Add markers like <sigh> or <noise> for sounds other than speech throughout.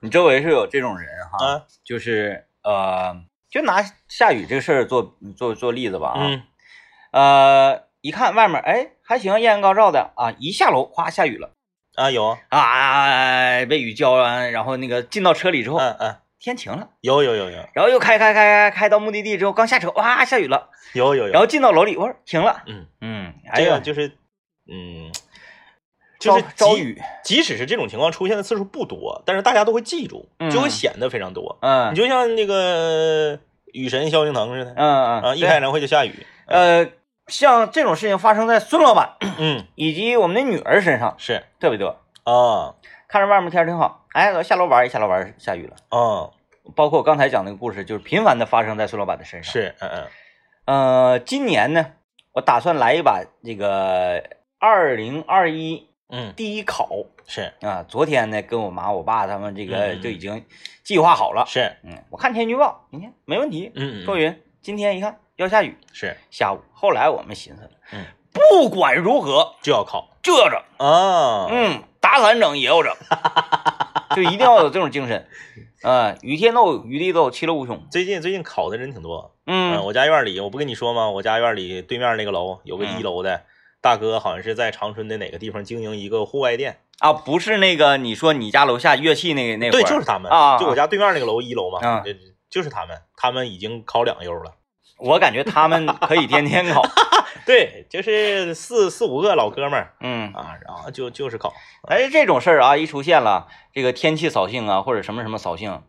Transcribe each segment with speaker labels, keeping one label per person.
Speaker 1: 你周围是有这种人哈，
Speaker 2: 啊，
Speaker 1: 就是呃，就拿下雨这个事儿做做做例子吧啊，
Speaker 2: 嗯
Speaker 1: 呃，一看外面哎还行，艳阳高照的啊，一下楼哗下雨了
Speaker 2: 啊有，
Speaker 1: 啊，被雨浇了，然后那个进到车里之后、
Speaker 2: 嗯嗯
Speaker 1: 天晴了，
Speaker 2: 有有有有
Speaker 1: 然后又开开开开开到目的地之后刚下车哇下雨了，
Speaker 2: 有有
Speaker 1: 然
Speaker 2: 有，
Speaker 1: 后进到楼里我说停了，
Speaker 2: 嗯，
Speaker 1: 嗯，哎
Speaker 2: 这
Speaker 1: 呀
Speaker 2: 个就是嗯，就
Speaker 1: 招
Speaker 2: 是
Speaker 1: 招
Speaker 2: 即
Speaker 1: 雨，
Speaker 2: 即使是这种情况出现的次数不多，但是大家都会记住，就会
Speaker 1: 嗯
Speaker 2: 显得非常多。
Speaker 1: 嗯
Speaker 2: 你就像那个雨神萧敬腾似的，
Speaker 1: 嗯
Speaker 2: 啊，
Speaker 1: 嗯，
Speaker 2: 一
Speaker 1: 对
Speaker 2: 开演唱会就下雨，
Speaker 1: 呃，像这种事情发生在孙老板
Speaker 2: 嗯，
Speaker 1: 以及我们的女儿身上
Speaker 2: 是
Speaker 1: 特别多。
Speaker 2: 啊
Speaker 1: 看着外面天儿挺好，哎，我下楼玩儿一下楼玩儿下雨了。
Speaker 2: 啊
Speaker 1: 包括我刚才讲那个故事，就是频繁的发生在孙老板的身上。
Speaker 2: 是，嗯嗯
Speaker 1: 呃，今年呢，我打算来一把这个二零二一
Speaker 2: 嗯
Speaker 1: 第一考
Speaker 2: 是
Speaker 1: 啊。昨天呢，跟我妈、我爸他们这个
Speaker 2: 嗯嗯嗯
Speaker 1: 就已经计划好了。
Speaker 2: 是，
Speaker 1: 嗯，我看天气预报，你看没问题。
Speaker 2: 嗯
Speaker 1: 多
Speaker 2: 嗯
Speaker 1: 云，今天一看要下雨，
Speaker 2: 是
Speaker 1: 下午。后来我们寻思了，
Speaker 2: 嗯，
Speaker 1: 不管如何
Speaker 2: 就要考
Speaker 1: 就要整。
Speaker 2: 啊，
Speaker 1: 嗯，打伞整也
Speaker 2: <laughs>
Speaker 1: 要整，就一定要有这种精神。啊、雨天斗，雨地斗，其乐无穷。
Speaker 2: 最近最近考的人挺多，
Speaker 1: 嗯，
Speaker 2: 我家院里我不跟你说吗？我家院里对面那个楼有个
Speaker 1: 嗯
Speaker 2: 一楼的。大哥好像是在长春的哪个地方经营一个户外店，
Speaker 1: 啊，不是那个你说你家楼下乐器那个那会
Speaker 2: 对，
Speaker 1: 儿，
Speaker 2: 就是他们
Speaker 1: 啊啊
Speaker 2: 就我家对面那个楼一楼
Speaker 1: 啊
Speaker 2: 嘛，对就是他们，他们已经考两优了。
Speaker 1: 我感觉他们可以天天
Speaker 2: <laughs>
Speaker 1: 考。
Speaker 2: 对，就是四四五个老哥们儿
Speaker 1: 嗯，
Speaker 2: 啊，然后就就是考，
Speaker 1: 但是这种事儿啊，一出现了，这个天气扫兴啊，或者什么什么扫兴，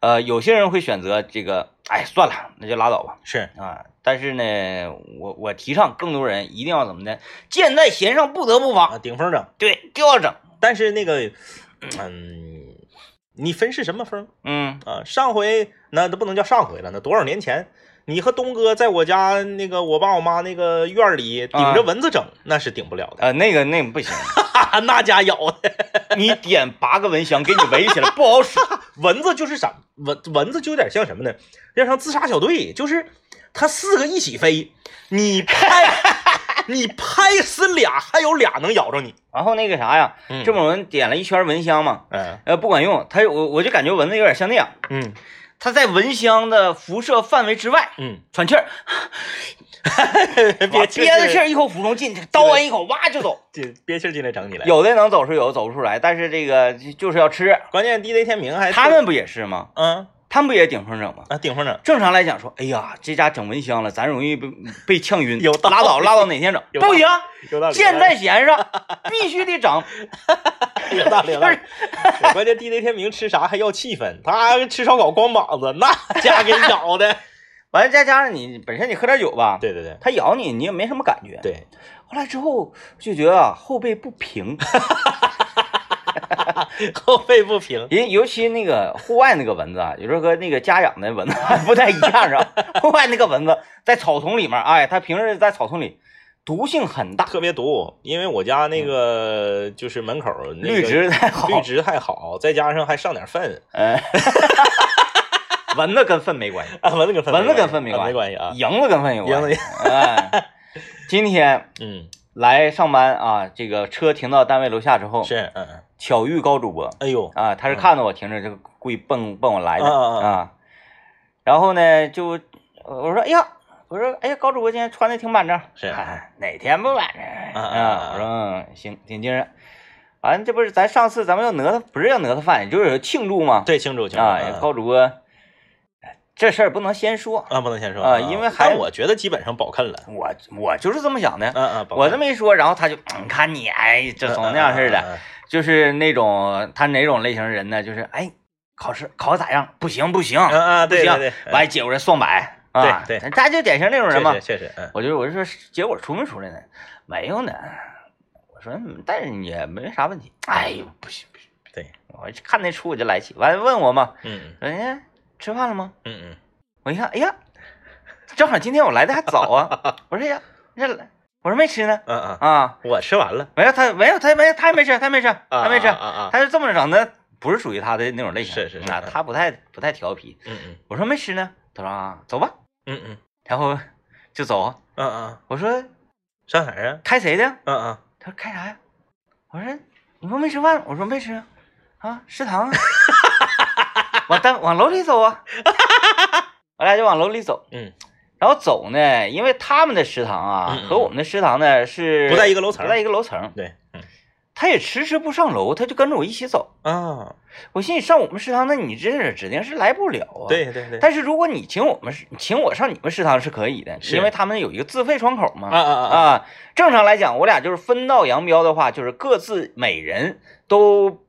Speaker 1: 呃，有些人会选择这个，哎，算了，那就拉倒吧。
Speaker 2: 是
Speaker 1: 啊，但是呢，我我提倡更多人一定要怎么的，箭在弦上不得不发，
Speaker 2: 啊，顶风整。
Speaker 1: 对，就要整。
Speaker 2: 但是那个，嗯，你分是什么风
Speaker 1: 嗯
Speaker 2: 啊？上回那都不能叫上回了，那多少年前，你和东哥在我家那个我爸我妈那个院儿里顶
Speaker 1: 啊
Speaker 2: 着蚊子整，那是顶不了的， <laughs>
Speaker 1: 呃，那个那个不行，
Speaker 2: 那家咬
Speaker 1: <laughs>
Speaker 2: 的
Speaker 1: 你点八个蚊香给你围起来，不好使。
Speaker 2: 蚊子就是啥蚊蚊子就有点像什么呢？要像自杀小队，就是它四个一起飞，
Speaker 1: <laughs>
Speaker 2: 你拍你拍死俩，还有俩能咬着你。
Speaker 1: 然后那个啥呀，
Speaker 2: 嗯
Speaker 1: 郑某文点了一圈蚊香嘛，
Speaker 2: 嗯
Speaker 1: 呃，不管用，他我我就感觉蚊子有点像那样，
Speaker 2: 嗯
Speaker 1: 它在蚊香的辐射范围之外
Speaker 2: 嗯，
Speaker 1: 喘气儿，
Speaker 2: 憋
Speaker 1: 憋
Speaker 2: 气儿
Speaker 1: 憋着气儿一口俯冲进，去，叨完一口哇就走。
Speaker 2: 进憋气儿进来整你来。
Speaker 1: 有的能走出，有的走不出来，但是这个就就是要吃。
Speaker 2: 关键 DJ 天明还
Speaker 1: 他们不也是吗？
Speaker 2: 嗯
Speaker 1: 他们不也顶风整吗？
Speaker 2: 啊顶风整
Speaker 1: 正常来讲说，哎呀，这家整蚊香了，咱容易被被呛晕，
Speaker 2: 有道理
Speaker 1: 拉倒拉倒，哪天整
Speaker 2: 有道
Speaker 1: 不
Speaker 2: 理
Speaker 1: 行，
Speaker 2: 有道理，
Speaker 1: 箭在弦
Speaker 2: <laughs>
Speaker 1: 上，必须得整。
Speaker 2: 有道理有道理。
Speaker 1: <laughs>
Speaker 2: 对关键 DJ 天明吃啥还要气氛，他吃烧烤光膀子，那家给咬的。 <laughs>
Speaker 1: 完了再加上你本身你喝点酒吧，
Speaker 2: 对对对
Speaker 1: 它咬你你也没什么感觉。，
Speaker 2: 对，
Speaker 1: 后来之后就觉得啊后背不平，
Speaker 2: <laughs> 后背不平。
Speaker 1: 尤尤其那个户外那个蚊子啊，有时候和那个家养的蚊子还不太一样是吧？户外那个蚊子在草丛里面，哎，它平时在草丛里毒性很大，
Speaker 2: 特别毒，因为我家那个就是门口那个
Speaker 1: 绿植太好，
Speaker 2: 绿植还好，再加上还上点粪
Speaker 1: 哎，蚊子跟粪没关系，
Speaker 2: 啊，蚊子跟粪
Speaker 1: 蚊子跟粪
Speaker 2: 粪
Speaker 1: 没
Speaker 2: 关
Speaker 1: 关
Speaker 2: 系
Speaker 1: 系
Speaker 2: 没关系啊，
Speaker 1: 蝇子跟粪有
Speaker 2: 蚊
Speaker 1: 关
Speaker 2: 子
Speaker 1: 系。哎，今天
Speaker 2: 嗯
Speaker 1: 来上班啊，这个车停到单位楼下之后，
Speaker 2: 是嗯嗯，
Speaker 1: 巧遇高主播。
Speaker 2: 哎呦
Speaker 1: 啊，他是
Speaker 2: 嗯
Speaker 1: 看到我停着，就故意蹦蹦我来的
Speaker 2: 啊啊啊
Speaker 1: 啊。然后呢，就我我说，哎呀，我说，哎呀，高主播今天穿的挺板正，
Speaker 2: 是
Speaker 1: 哎哪天不板正
Speaker 2: 啊
Speaker 1: 啊？
Speaker 2: 啊啊
Speaker 1: 我说，嗯，行，挺精神。完、这不是咱上次咱们要哪吒，不是要哪吒饭，就是庆祝嘛。
Speaker 2: 对庆祝庆祝
Speaker 1: 啊，
Speaker 2: 嗯
Speaker 1: 高主播，这事儿不能先说，
Speaker 2: 啊，不能先说
Speaker 1: 啊因为还
Speaker 2: 但我觉得基本上保坑了，
Speaker 1: 我我就是这么想的。
Speaker 2: 嗯嗯，保
Speaker 1: 我
Speaker 2: 坑
Speaker 1: 这么一说，然后他就，嗯、看你，哎，这怂那样似的。，
Speaker 2: 嗯嗯嗯嗯嗯
Speaker 1: 就是那种他哪种类型人呢？就是哎，考试考得咋样？不行不行，
Speaker 2: 嗯啊，对对对，
Speaker 1: 完结果人送百啊，
Speaker 2: 对
Speaker 1: 他就典型那种人嘛
Speaker 2: 确实。确实，嗯
Speaker 1: 我就我就说结果出没出来呢？没有呢。我说嗯但是也没啥问题。哎呦不行不行，
Speaker 2: 对
Speaker 1: 我看那出我就来气，完了问我嘛，
Speaker 2: 嗯
Speaker 1: 人家吃饭了吗？
Speaker 2: 嗯嗯
Speaker 1: 我一看，哎呀，正好今天我来的还早
Speaker 2: <laughs>
Speaker 1: 啊。我说哎呀，这我说没吃呢
Speaker 2: 嗯嗯嗯，
Speaker 1: 啊，
Speaker 2: 我吃完了，
Speaker 1: 没有他没有他没有他还没吃他还没吃
Speaker 2: 啊
Speaker 1: 他没吃
Speaker 2: 啊。啊啊，
Speaker 1: 他是这么整的，不是属于他的那种类型。
Speaker 2: 是是是
Speaker 1: 啊
Speaker 2: 嗯，
Speaker 1: 他不太不太调皮。
Speaker 2: 嗯嗯
Speaker 1: 我说没吃呢，他说啊，走吧，
Speaker 2: 嗯嗯
Speaker 1: 然后就走。啊
Speaker 2: 嗯嗯，
Speaker 1: 我说
Speaker 2: 上哪儿啊？
Speaker 1: 开谁的？
Speaker 2: 嗯嗯
Speaker 1: 他说开啥呀？我说你不没吃饭？我说没吃啊。啊，食堂
Speaker 2: <laughs>
Speaker 1: 啊，往单往楼里走啊，我俩就往楼里走，
Speaker 2: 嗯，
Speaker 1: 然后走呢，因为他们的食堂啊
Speaker 2: 嗯嗯
Speaker 1: 和我们的食堂呢是
Speaker 2: 不在一个楼层
Speaker 1: 不。在一个楼层，
Speaker 2: 对，嗯
Speaker 1: 他也迟迟不上楼，他就跟着我一起走。哦
Speaker 2: 啊，
Speaker 1: 我心里上我们食堂，那你这是指定是来不了啊。。
Speaker 2: 对对对，嗯
Speaker 1: 但是如果你请我们食，请我上你们食堂是可以的，
Speaker 2: 是
Speaker 1: 因为他们有一个自费窗口嘛。
Speaker 2: 啊啊啊，
Speaker 1: 啊，正常来讲，我俩就是分道扬镳的话，就是各自每人都，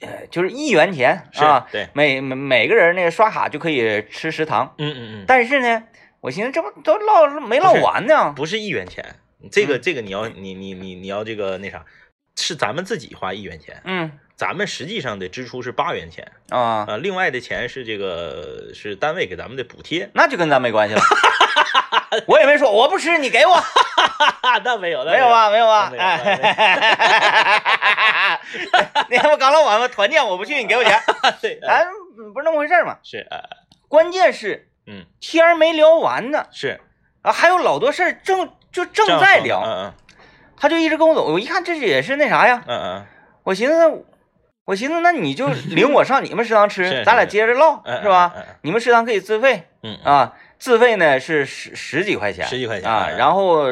Speaker 1: 呃，就是一元钱
Speaker 2: 是
Speaker 1: 啊，，
Speaker 2: 对，
Speaker 1: 每每每个人那个刷卡就可以吃食堂。
Speaker 2: 嗯嗯嗯，
Speaker 1: 但是呢，我寻思这不都唠没唠
Speaker 2: 不是
Speaker 1: 完呢？
Speaker 2: 不是一元钱，这
Speaker 1: 嗯
Speaker 2: 个这个你要你你你你要这个那啥，是咱们自己花一元钱，
Speaker 1: 嗯
Speaker 2: 咱们实际上的支出是八元钱
Speaker 1: 啊，。
Speaker 2: 啊，另外的钱是这个是单位给咱们的补贴
Speaker 1: <laughs> 那就跟咱没关系了。我也没说我不吃，你给我
Speaker 2: 那 <laughs> 没有，
Speaker 1: 没有？啊，没有啊，
Speaker 2: 没
Speaker 1: <laughs>
Speaker 2: 有
Speaker 1: 哎， <laughs> 你看不刚唠完吗？团建我不去，你给我钱，
Speaker 2: 对，啊
Speaker 1: 咱哎不是那么回事儿嘛。
Speaker 2: 是啊，
Speaker 1: 关键是
Speaker 2: 嗯，
Speaker 1: 天儿没聊完呢，
Speaker 2: 是
Speaker 1: 啊，还有老多事儿正就正
Speaker 2: 这样
Speaker 1: 在
Speaker 2: 说
Speaker 1: 聊，
Speaker 2: 嗯
Speaker 1: 他就一直跟我走。我一看这也是那啥呀，
Speaker 2: 嗯嗯
Speaker 1: 我寻思，我寻思那你
Speaker 2: <laughs>
Speaker 1: 就领我上你们食堂吃，
Speaker 2: 是
Speaker 1: 咱俩接着唠
Speaker 2: 嗯，，
Speaker 1: 是吧？
Speaker 2: 嗯？
Speaker 1: 你们食堂可以自费
Speaker 2: 嗯嗯嗯
Speaker 1: 啊，自费呢是十十几块钱，
Speaker 2: 十几块钱
Speaker 1: 啊。
Speaker 2: 嗯
Speaker 1: 然后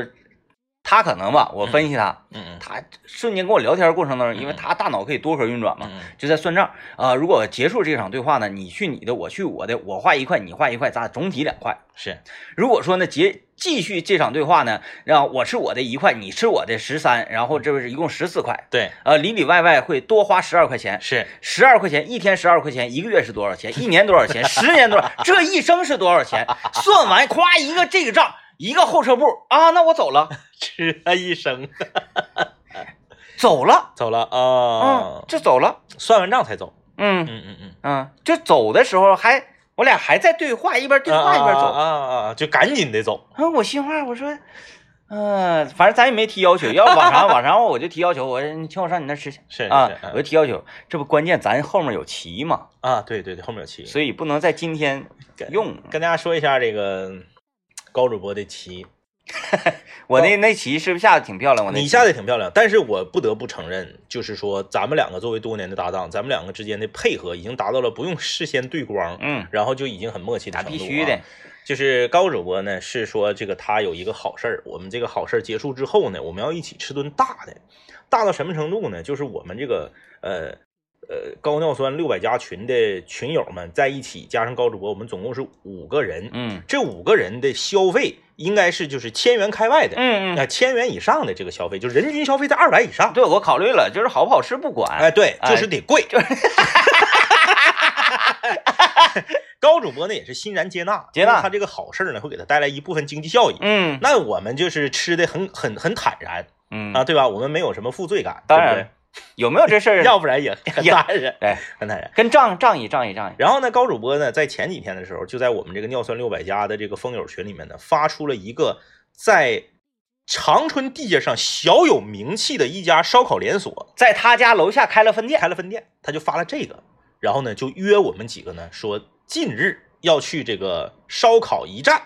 Speaker 1: 他可能吧，我分析他，
Speaker 2: 嗯嗯
Speaker 1: 他瞬间跟我聊天过程当中，因为
Speaker 2: 嗯
Speaker 1: 他大脑可以多核运转嘛，
Speaker 2: 嗯
Speaker 1: 就在算账啊。如果结束这场对话呢，你去你的，我去我的，我花一块，你花一块，咱俩总体两块。
Speaker 2: 是
Speaker 1: 如果说呢结继续这场对话呢，让我吃我的一块，你吃我的十三，然后这不是一共十四块，
Speaker 2: 对
Speaker 1: 呃，里里外外会多花十二块钱，
Speaker 2: 是
Speaker 1: <laughs> 十二块钱一天十二块钱，一个月是多少钱？一年多少钱？十年多少？这一生是多少钱？算完，咵一个这个账，一个后撤步啊，那我走了，
Speaker 2: 吃他一生，
Speaker 1: 走了，
Speaker 2: <laughs> 走了
Speaker 1: 嗯
Speaker 2: 啊，，
Speaker 1: 就走了，
Speaker 2: 算完账才走。
Speaker 1: 嗯
Speaker 2: 嗯嗯嗯。
Speaker 1: 嗯，就走的时候还我俩还在对话，一边对话一边走，
Speaker 2: 啊啊啊，就赶紧得走。
Speaker 1: 然后我心话，我说，呃，反正咱也没提要求，要不往常往常我就提要求，我说你请我上你那吃去
Speaker 2: 是
Speaker 1: 啊
Speaker 2: 是是，
Speaker 1: 我就提要求，这不关键，咱后面有棋嘛，
Speaker 2: 啊，对对对，后面有棋。
Speaker 1: 所以不能在今天
Speaker 2: 跟
Speaker 1: 用
Speaker 2: 跟大家说一下这个高主播的棋，
Speaker 1: 我那那棋是不是下的挺漂亮？我那
Speaker 2: 你
Speaker 1: 棋
Speaker 2: 下的挺漂亮，但是我不得不承认，就是说咱们两个作为多年的搭档，咱们两个之间的配合已经达到了不用事先对光，
Speaker 1: 嗯，
Speaker 2: 然后就已经很默契的
Speaker 1: 那
Speaker 2: 程度、
Speaker 1: 必
Speaker 2: 啊
Speaker 1: 须的。，
Speaker 2: 就是高主播呢是说这个他有一个好事儿，我们这个好事儿结束之后呢，我们要一起吃顿大的，大到什么程度呢？就是我们这个呃呃高尿酸六百加群的群友们在一起，加上高主播，我们总共是五个人，
Speaker 1: 嗯
Speaker 2: 这五个人的消费应该是就是千元开外的，
Speaker 1: 嗯嗯，
Speaker 2: 那千元以上的这个消费，就人均消费在二百以上。
Speaker 1: 对我考虑了，就是好不好吃不管，
Speaker 2: 哎，对，
Speaker 1: 哎
Speaker 2: 就是得贵。 <laughs> 高主播呢也是欣然接纳，
Speaker 1: 接纳
Speaker 2: 因为他这个好事儿呢，会给他带来一部分经济效益。
Speaker 1: 嗯
Speaker 2: 那我们就是吃的很很很坦然
Speaker 1: 嗯
Speaker 2: 啊，，对吧？我们没有什么负罪感，
Speaker 1: 当然
Speaker 2: 对不
Speaker 1: 有没有这事
Speaker 2: 对
Speaker 1: 儿？
Speaker 2: 要不然也
Speaker 1: <laughs>
Speaker 2: 很
Speaker 1: 也
Speaker 2: 坦然，
Speaker 1: 哎，
Speaker 2: 很坦然。
Speaker 1: 跟仗仗义仗义仗义，
Speaker 2: 然后呢，高主播呢在前几天的时候，就在我们这个尿酸六百加的这个风友群里面呢，发出了一个在长春地界上小有名气的一家烧烤连锁，
Speaker 1: 在他家楼下开了分店，
Speaker 2: 开了分店，他就发了这个，然后呢就约我们几个呢说近日要去这个烧烤一战。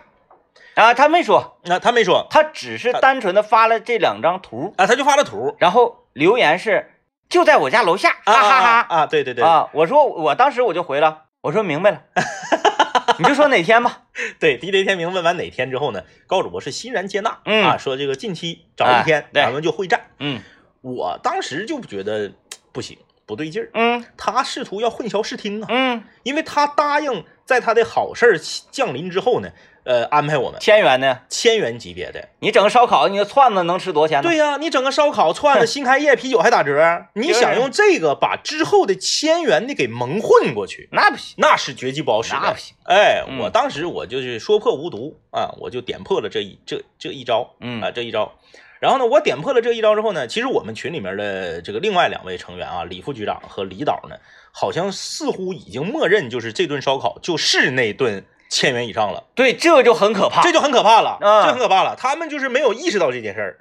Speaker 1: 啊，他没说，
Speaker 2: 那、他没说
Speaker 1: 他只是单纯的发了这两张图，
Speaker 2: 啊，他就发了图，
Speaker 1: 然后留言是就在我家楼下，哈
Speaker 2: 啊
Speaker 1: 哈哈
Speaker 2: 啊啊，对对对、
Speaker 1: 啊我说我当时我就回了，我说明白
Speaker 2: <laughs>
Speaker 1: 了，你就说哪天吧。
Speaker 2: 对，DJ 天明问完哪天之后呢，高主播是欣然接纳，
Speaker 1: 嗯
Speaker 2: 啊，说这个近期找一天、
Speaker 1: 哎对
Speaker 2: 咱们就会战。
Speaker 1: 嗯
Speaker 2: 我当时就觉得嘖不行，不对劲儿。
Speaker 1: 嗯
Speaker 2: 他试图要混淆视听啊，
Speaker 1: 嗯，
Speaker 2: 因为他答应在他的好事儿降临之后呢，呃，安排我们
Speaker 1: 千元呢？
Speaker 2: 千元级别的。
Speaker 1: 你整个烧烤，你的串子能吃多少钱呢？
Speaker 2: 对呀、你整个烧烤串
Speaker 1: <laughs>
Speaker 2: 子、新开业啤酒还打折，你想用这个把之后的千元的给蒙混过去，
Speaker 1: 那不行，
Speaker 2: 那是绝技不好使的。
Speaker 1: 那不行。
Speaker 2: 哎，
Speaker 1: 嗯
Speaker 2: 我当时我就是说破无毒啊，我就点破了这一这这一招啊，
Speaker 1: 嗯
Speaker 2: 这一招。然后呢，我点破了这一招之后呢，其实我们群里面的这个另外两位成员啊，李副局长和李导呢，好像似乎已经默认就是这顿烧烤就是那顿千元以上了。
Speaker 1: 对，这就很可怕。
Speaker 2: 这就很可怕了，
Speaker 1: 啊
Speaker 2: 这很可怕了。他们就是没有意识到这件事儿。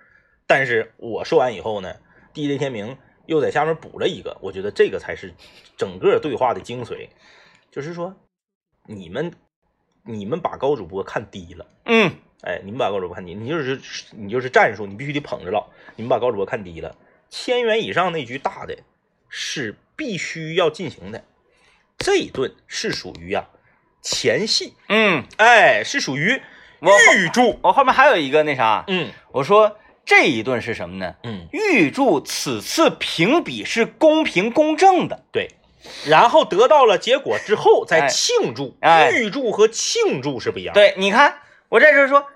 Speaker 2: 但是我说完以后呢，DJ 天明又在下面补了一个，我觉得这个才是整个对话的精髓，就是说你们你们把高主播看低了。
Speaker 1: 嗯
Speaker 2: 哎，你们把高主播看低，你就是你就是战术，你必须得捧着唠。你们把高主播看低了，千元以上那局大的是必须要进行的。这一顿是属于呀、前戏，
Speaker 1: 嗯，
Speaker 2: 哎，是属于
Speaker 1: 我
Speaker 2: 预祝，
Speaker 1: 我后面还有一个那啥，
Speaker 2: 嗯
Speaker 1: 我说这一顿是什么呢？
Speaker 2: 嗯，
Speaker 1: 预祝此次评比是公平公正的。
Speaker 2: 对。然后得到了结果之后再
Speaker 1: 哎
Speaker 2: 庆祝，
Speaker 1: 哎
Speaker 2: 预祝和庆祝是不一样的。
Speaker 1: 对，你看我这就是说，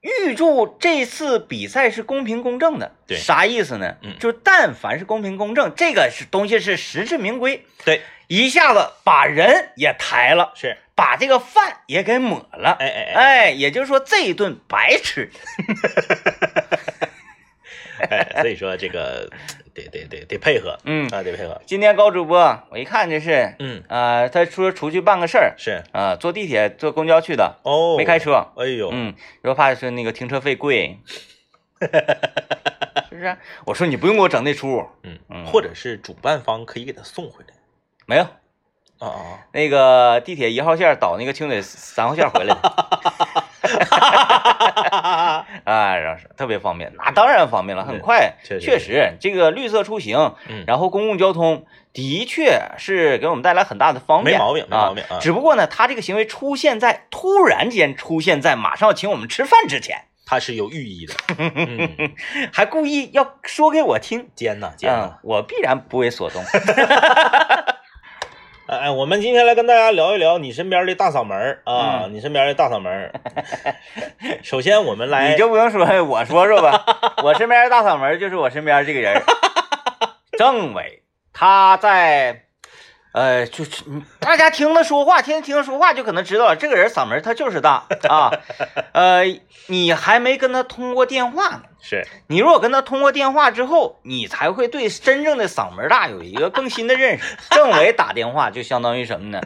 Speaker 1: 预祝这次比赛是公平公正的。
Speaker 2: 对
Speaker 1: 啥意思呢？
Speaker 2: 嗯
Speaker 1: 就但凡是公平公正，这个是东西是实至名归，
Speaker 2: 对，
Speaker 1: 一下子把人也抬了，
Speaker 2: 是，
Speaker 1: 把这个饭也给抹了。
Speaker 2: 哎哎哎
Speaker 1: 哎，也就是说这一顿白吃。
Speaker 2: 哎，所以说这个得得得得配合，
Speaker 1: 嗯，
Speaker 2: 啊，得配合，
Speaker 1: 今天高主播，我一看这是，
Speaker 2: 嗯，
Speaker 1: 呃，他说出去办个事儿，
Speaker 2: 是，
Speaker 1: 呃，坐地铁坐公交去的，
Speaker 2: 哦，
Speaker 1: 没开，车。
Speaker 2: 哎呦，
Speaker 1: 嗯，说怕是那个停车费贵，是不是？我说你不用给我整那出，嗯
Speaker 2: 嗯，或者是主办方可以给他送回来，
Speaker 1: 没有。
Speaker 2: 啊啊，
Speaker 1: 那个地铁一号线倒那个清水三号线回来的， <laughs>
Speaker 2: 啊，
Speaker 1: 哎，然后是特别方便，那当然方便了，很
Speaker 2: 对
Speaker 1: 快，
Speaker 2: 确实
Speaker 1: 确实这个绿色出行，
Speaker 2: 嗯
Speaker 1: 然后公共交通的确是给我们带来很大的方便，
Speaker 2: 没毛病，没
Speaker 1: 啊
Speaker 2: 毛病啊，
Speaker 1: 只不过呢，他这个行为出现在突然间出现在马上要请我们吃饭之前，
Speaker 2: 它是有寓
Speaker 1: <laughs>
Speaker 2: 意的，嗯，
Speaker 1: 还故意要说给我听，
Speaker 2: 尖呐尖
Speaker 1: 嗯
Speaker 2: 呐，，
Speaker 1: 我必然不为所动。嗯
Speaker 2: 哎哎，我们今天来跟大家聊一聊你身边的大嗓门儿
Speaker 1: 嗯
Speaker 2: 啊，你身边的大嗓门儿，
Speaker 1: <laughs>
Speaker 2: 首先我们来
Speaker 1: 你，就不用说，哎我说说吧。我身边的大嗓门就是我身边这个人儿，政委，他在，呃，就是嗯大家听他说话，天天听他说话，就可能知道了，这个人嗓门他就是大啊。呃，你还没跟他通过电话呢，
Speaker 2: 是，
Speaker 1: 你如果跟他通过电话之后，你才会对真正的嗓门大有一个更新的认识。政委打电话就相当于什么呢？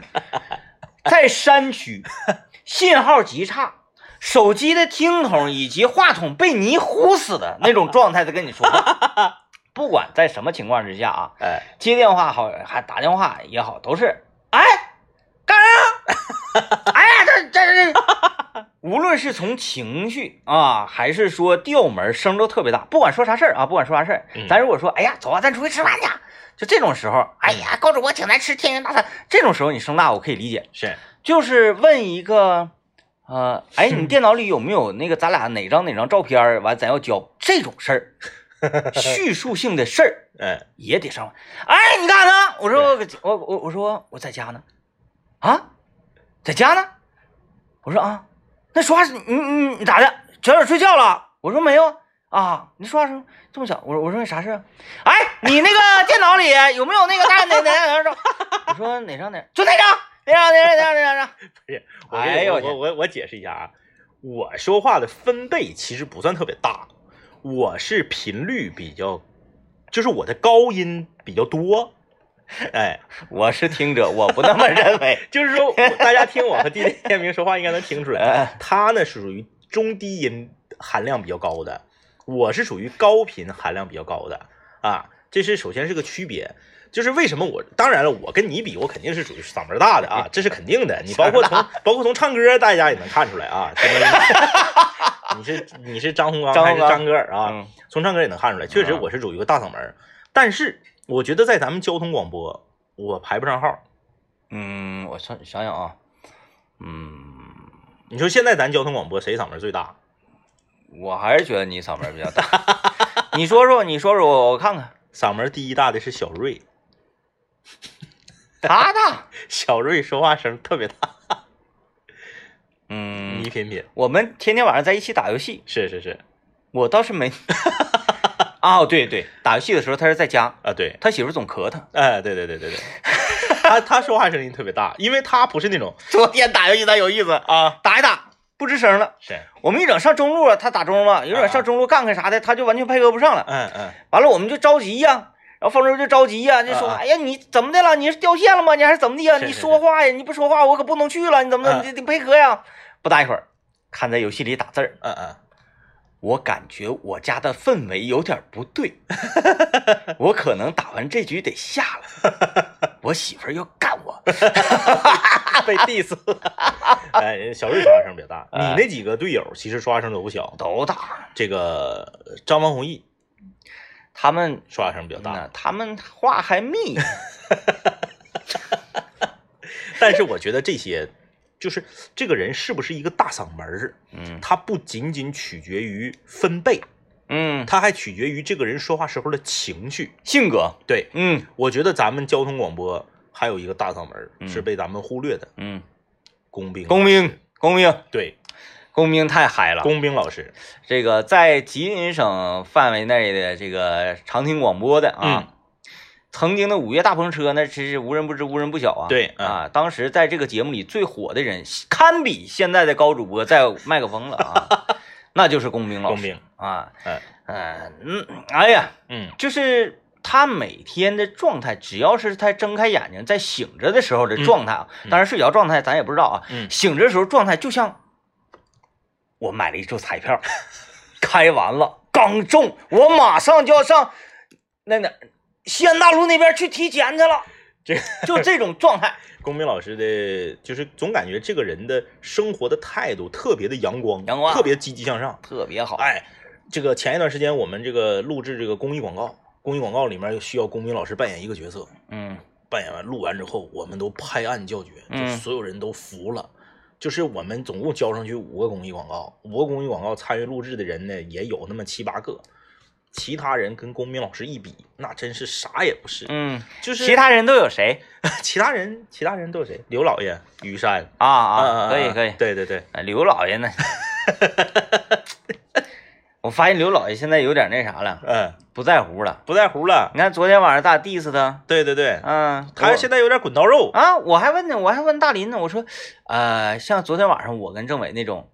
Speaker 1: 在山区，信号极差，手机的听筒以及话筒被泥糊死的那种状态在跟你说话。 <laughs> 不管在什么情况之下啊，
Speaker 2: 哎，
Speaker 1: 接电话好还打电话也好，都是哎干啥？哎呀，这这这，无论是从情绪啊，还是说调门儿声都特别大，不管说啥事儿啊，不管说啥事儿，
Speaker 2: 嗯
Speaker 1: 咱如果说哎呀走啊，咱出去吃饭去啊，就这种时候，哎呀高主播请咱吃天津大餐，这种时候你声大我可以理解，
Speaker 2: 是，
Speaker 1: 就是问一个。呃，哎，你电脑里有没有那个咱俩哪张哪张照片儿？完，咱要交这种事儿，叙述性的事儿，
Speaker 2: 哎，
Speaker 1: 也得上网。哎，你干啥呢？我说我我我我说我在家呢，啊，在家呢。我说啊，那说话是你你你咋的？早点睡觉了？我说没有啊。你说话声这么小？我说我说啥事啊？哎，你那个电脑里有没有那个哪哪哪哪张照？我说哪张哪张？就那张。那张那张那张那张那张，
Speaker 2: 我给你
Speaker 1: 哎呦我
Speaker 2: 我我我我解释一下啊，我说话的分贝其实不算特别大，我是频率比较，就是我的高音比较多，哎，
Speaker 1: <laughs> 我是听者，我不那么认为。
Speaker 2: 就是说大家听我和地天明说话应该能听出
Speaker 1: 哎
Speaker 2: 来，他呢是属于中低音含量比较高的，我是属于高频含量比较高的啊，这是首先是个区别。就是为什么我当然了，我跟你比，我肯定是属于嗓门大的
Speaker 1: <laughs>
Speaker 2: 啊，这是肯定的。你包括从包括从唱歌，大家也能看出
Speaker 1: <laughs>
Speaker 2: 来啊。这个 <laughs> 你是你是张洪刚
Speaker 1: 张
Speaker 2: 还
Speaker 1: 洪
Speaker 2: 是
Speaker 1: 刚
Speaker 2: 张格尔啊？
Speaker 1: <laughs> 嗯
Speaker 2: 从唱歌也能看出来，确实
Speaker 1: 嗯
Speaker 2: 我是属于一个大嗓门儿，但是我觉得在咱们交通广播，我排不上号。
Speaker 1: 嗯，我想想想啊，嗯，
Speaker 2: 你说现在咱交通广播谁嗓门最大？
Speaker 1: 我还是觉得你嗓门比较大。 <laughs> 你说说，你说说我，我看看。
Speaker 2: 嗓门第一大的是小瑞，
Speaker 1: 他大，
Speaker 2: 小瑞说话声特别大，
Speaker 1: <laughs> 嗯，
Speaker 2: 倪品品
Speaker 1: 我们天天晚上在一起打游戏，
Speaker 2: 是是是
Speaker 1: 我倒是没。 <laughs> 啊、对对，打游戏的时候他是在家，
Speaker 2: 啊，对，
Speaker 1: 他媳妇总咳他。
Speaker 2: 哎，对对对对对， <laughs> 他他说话声音特别大，因为他不是那种
Speaker 1: 昨天打游戏他有意思啊，
Speaker 2: 啊，
Speaker 1: 打一打不吱声了。
Speaker 2: 是，
Speaker 1: 我们一整上中路了，他打中嘛，一整上中路干干啥的，他就完全配合不上了。
Speaker 2: 嗯嗯，
Speaker 1: 完了我们就着急呀、然后方舟就着急呀、就说：“
Speaker 2: 啊啊
Speaker 1: 哎呀，你怎么的了？你是掉线了吗？你还是怎么的呀？
Speaker 2: 是
Speaker 1: 你
Speaker 2: 是
Speaker 1: 说话呀！你不说话，我可不能去了。你怎么的？
Speaker 2: 啊
Speaker 1: 你得配合呀！”不大一会儿，看在游戏里打字儿，
Speaker 2: 嗯嗯，
Speaker 1: 我感觉我家的氛围有点不 <laughs> 对，我可能打完这局得下 <laughs> 了，我媳妇儿要干我。
Speaker 2: 啊被 diss 嗯了。 <laughs> 哎，小瑞说话声比较 <laughs> 大，你
Speaker 1: 哎
Speaker 2: 那几个队友其实说话声都不小，
Speaker 1: 都大，
Speaker 2: 这个张王弘毅，
Speaker 1: 他们
Speaker 2: 刷牙声比较大。
Speaker 1: 那他们话还密， <laughs>
Speaker 2: 但是我觉得这些，就是这个人是不是一个大嗓门儿，
Speaker 1: 嗯
Speaker 2: 他不仅仅取决于分贝，
Speaker 1: 嗯，
Speaker 2: 他还取决于这个人说话时候的情绪。
Speaker 1: 性格，
Speaker 2: 对，
Speaker 1: 嗯
Speaker 2: 我觉得咱们交通广播还有一个大嗓门儿
Speaker 1: 嗯
Speaker 2: 是被咱们忽略的，
Speaker 1: 嗯，
Speaker 2: 工兵。
Speaker 1: 工兵，工兵，
Speaker 2: 对，
Speaker 1: 工兵太嗨了。
Speaker 2: 工兵老师，
Speaker 1: 这个在吉林省范围内的这个常听广播的
Speaker 2: 嗯
Speaker 1: 啊，曾经的五月大篷车那真是无人不知无人不晓啊。
Speaker 2: 对嗯
Speaker 1: 啊，当时在这个节目里最火的人，堪比现在的高主播在麦克风了
Speaker 2: <laughs>
Speaker 1: 啊，那就是工兵老师
Speaker 2: 工兵，
Speaker 1: 啊，
Speaker 2: 嗯
Speaker 1: 呃嗯，哎呀，
Speaker 2: 嗯，
Speaker 1: 就是他每天的状态，只要是他睁开眼睛在醒着的时候的状态啊，
Speaker 2: 嗯
Speaker 1: 当然睡着状态咱也不知道啊，
Speaker 2: 嗯
Speaker 1: 醒着的时候状态就像我买了一注彩票，开完了刚中，我马上就要上那那西安大路那边去体检去了，
Speaker 2: 这个
Speaker 1: 就这种状态，
Speaker 2: 工兵老师的，就是总感觉这个人的生活的态度特别的阳光，
Speaker 1: 阳光啊
Speaker 2: 特别积极向上。
Speaker 1: 特别好。
Speaker 2: 哎，这个前一段时间我们这个录制这个公益广告，公益广告里面又需要工兵老师扮演一个角色，
Speaker 1: 嗯
Speaker 2: 扮演完录完之后，我们都拍案叫绝，就
Speaker 1: 嗯
Speaker 2: 所有人都服了。就是我们总共交上去五个公益广告，五个公益广告参与录制的人呢，也有那么七八个。其他人跟公兵老师一比，那真是啥也不是。
Speaker 1: 嗯，
Speaker 2: 就是
Speaker 1: 其他人都有谁
Speaker 2: 其他人，其他人都有谁？刘老爷、于山
Speaker 1: 啊
Speaker 2: 啊
Speaker 1: 啊？可以可以，
Speaker 2: 对对对，
Speaker 1: 呃刘老爷
Speaker 2: <laughs>
Speaker 1: 呢？我发现刘老爷现在有点那啥了，
Speaker 2: 嗯，
Speaker 1: 不在乎了。
Speaker 2: 不在乎了。
Speaker 1: 你看昨天晚上大 diss 他，
Speaker 2: 对对对，
Speaker 1: 嗯，
Speaker 2: 他
Speaker 1: 我
Speaker 2: 现在有点滚刀肉。
Speaker 1: 啊，我还问呢，我还问大林呢，我说，呃，像昨天晚上我跟政委那种，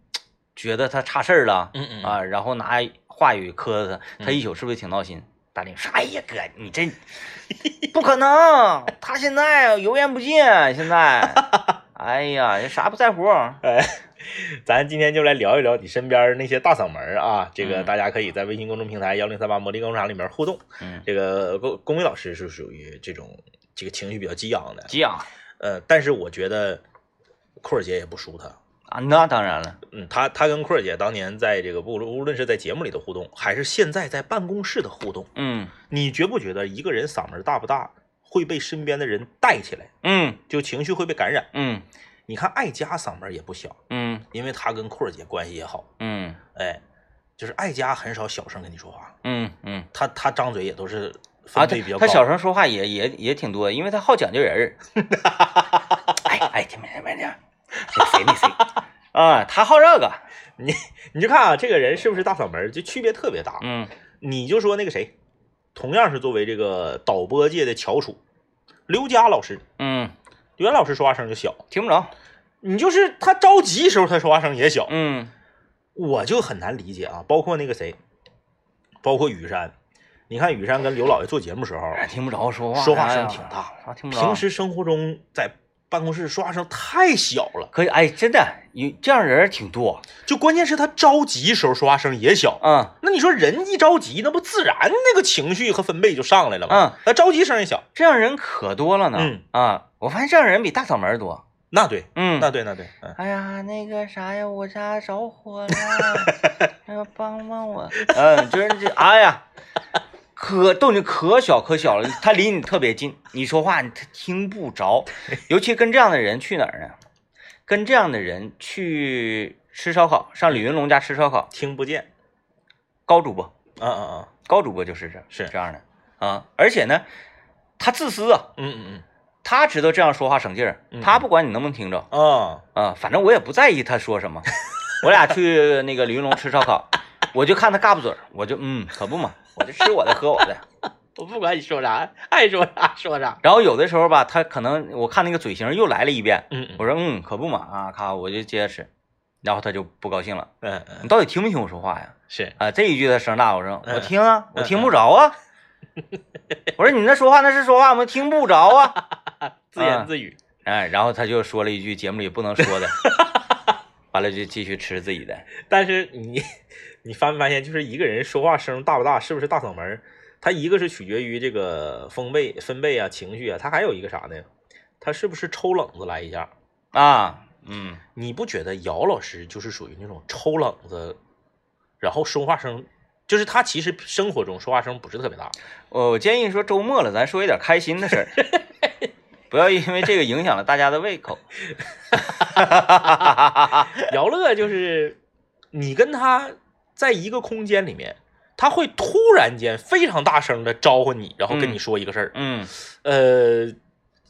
Speaker 1: 觉得他差事儿了
Speaker 2: 嗯嗯
Speaker 1: 啊，然后拿话语磕他，他
Speaker 2: 嗯
Speaker 1: 一宿是不是挺闹心？大林说，哎呀哥，你这不可能，他现在啊油盐不进，现在，哎呀，也啥不在乎，啊
Speaker 2: 哎，咱今天就来聊一聊你身边那些大嗓门儿啊，这个
Speaker 1: 嗯
Speaker 2: 大家可以在微信公众平台幺零三八魔力工厂里面互动。
Speaker 1: 嗯，
Speaker 2: 这个龚龚伟老师是属于这种这个情绪比较激昂的，
Speaker 1: 急啊
Speaker 2: 呃，但是我觉得库尔姐也不输他。
Speaker 1: 啊，那当然了，
Speaker 2: 嗯，他他跟库尔姐当年在这个不无论是在节目里的互动，还是现在在办公室的互动，
Speaker 1: 嗯
Speaker 2: 你觉不觉得一个人嗓门大不大会被身边的人带起来，
Speaker 1: 嗯
Speaker 2: 就情绪会被感染？
Speaker 1: 嗯
Speaker 2: 你看艾佳嗓门也不小，
Speaker 1: 嗯
Speaker 2: 因为她跟库尔姐关系也好，
Speaker 1: 嗯
Speaker 2: 哎，就是艾佳很少小声跟你说话，
Speaker 1: 嗯嗯，
Speaker 2: 她她张嘴也都是
Speaker 1: 啊，他
Speaker 2: 分贝比较高。
Speaker 1: 他小声说话也也也挺多，因为他好讲究人
Speaker 2: <laughs>
Speaker 1: 儿。哎哎，听没听没听？那谁那谁啊？他好这个，
Speaker 2: 你你就看啊，这个人是不是大嗓门儿，就区别特别大。
Speaker 1: 嗯
Speaker 2: 你就说那个谁，同样是作为这个导播界的翘楚，刘佳老师，
Speaker 1: 嗯，
Speaker 2: 刘佳老师说话声就小，
Speaker 1: 听不着，
Speaker 2: 你就是他着急时候他说话声也小，
Speaker 1: 嗯
Speaker 2: 我就很难理解啊。包括那个谁，包括雨山，你看雨山跟刘老爷做节目时候，
Speaker 1: 哎听不着说话，
Speaker 2: 说话声挺
Speaker 1: 哎
Speaker 2: 大
Speaker 1: 呀，啥听不着。
Speaker 2: 平时生活中在办公室说话声太小了，
Speaker 1: 可以，哎，真的有这样人儿挺多，
Speaker 2: 就关键是他着急时候说话声也小。
Speaker 1: 嗯
Speaker 2: 那你说人一着急，那不自然那个情绪和分贝就上来了吗？
Speaker 1: 嗯，
Speaker 2: 那着急声也小，
Speaker 1: 这样人可多了呢，
Speaker 2: 嗯
Speaker 1: 啊，我发现这样人比大嗓门儿多，
Speaker 2: 那对，
Speaker 1: 嗯，
Speaker 2: 那对，那对，嗯。
Speaker 1: 哎呀，那个啥呀，我家着 <laughs> 火了，那个帮帮我。 <laughs> 嗯，就是这，哎呀，可动静可小可小了，他离你特别近，你说话你他听不 <laughs> 着。尤其跟这样的人去哪儿呢？跟这样的人去吃烧烤，上李云龙家吃烧烤，
Speaker 2: 听不见。
Speaker 1: 高主播，
Speaker 2: 啊啊啊，
Speaker 1: 高主播就是这
Speaker 2: 是
Speaker 1: 这样的啊。而且呢，他自私啊，
Speaker 2: 嗯嗯
Speaker 1: 他知道这样说话省劲儿，
Speaker 2: 嗯
Speaker 1: 他不管你能不能听着。
Speaker 2: 嗯，啊，
Speaker 1: 啊，反正我也不在意他说什么。我俩去那个李云龙吃烧烤，我就看他嘎巴嘴儿，我就嗯，可不嘛，我就吃我的喝我的。 <laughs>
Speaker 2: 我不管你说啥，爱说啥说啥。
Speaker 1: 然后有的时候吧，他可能我看那个嘴型又来了一遍，
Speaker 2: 嗯
Speaker 1: 我
Speaker 2: 嗯
Speaker 1: 说嗯，可不嘛啊，咔，我就接着吃。然后他就不高兴了，
Speaker 2: 嗯嗯，
Speaker 1: 你到底听没听我说话呀？
Speaker 2: 是
Speaker 1: 啊，这一句他声大，我说
Speaker 2: 嗯
Speaker 1: 我听啊，我听不着啊。我说你那说话那是说话吗？听不着啊。
Speaker 2: 自言自语。
Speaker 1: 哎，然后他就说了一句节目里不能说的， <laughs> 完了就继续吃自己的。
Speaker 2: 但是你 <laughs> 你发没发现，就是一个人说话声大不大，是不是大嗓门儿？他一个是取决于这个风贝分贝啊、情绪啊，他还有一个啥呢？他是不是抽冷子来一下？
Speaker 1: 啊，嗯，
Speaker 2: 你不觉得姚老师就是属于那种抽冷子，然后说话声就是他其实生活中说话声不是特 <laughs> 别大，
Speaker 1: 呃我我建议说周末了，咱说一点开心的
Speaker 2: <laughs>
Speaker 1: 事儿，不要因为这个影响了大家的胃
Speaker 2: <laughs>
Speaker 1: 口。
Speaker 2: 姚乐就是你跟他在一个空间里面，他会突然间非常大声的招呼你，然后跟你说一个事儿，
Speaker 1: 嗯
Speaker 2: 呃，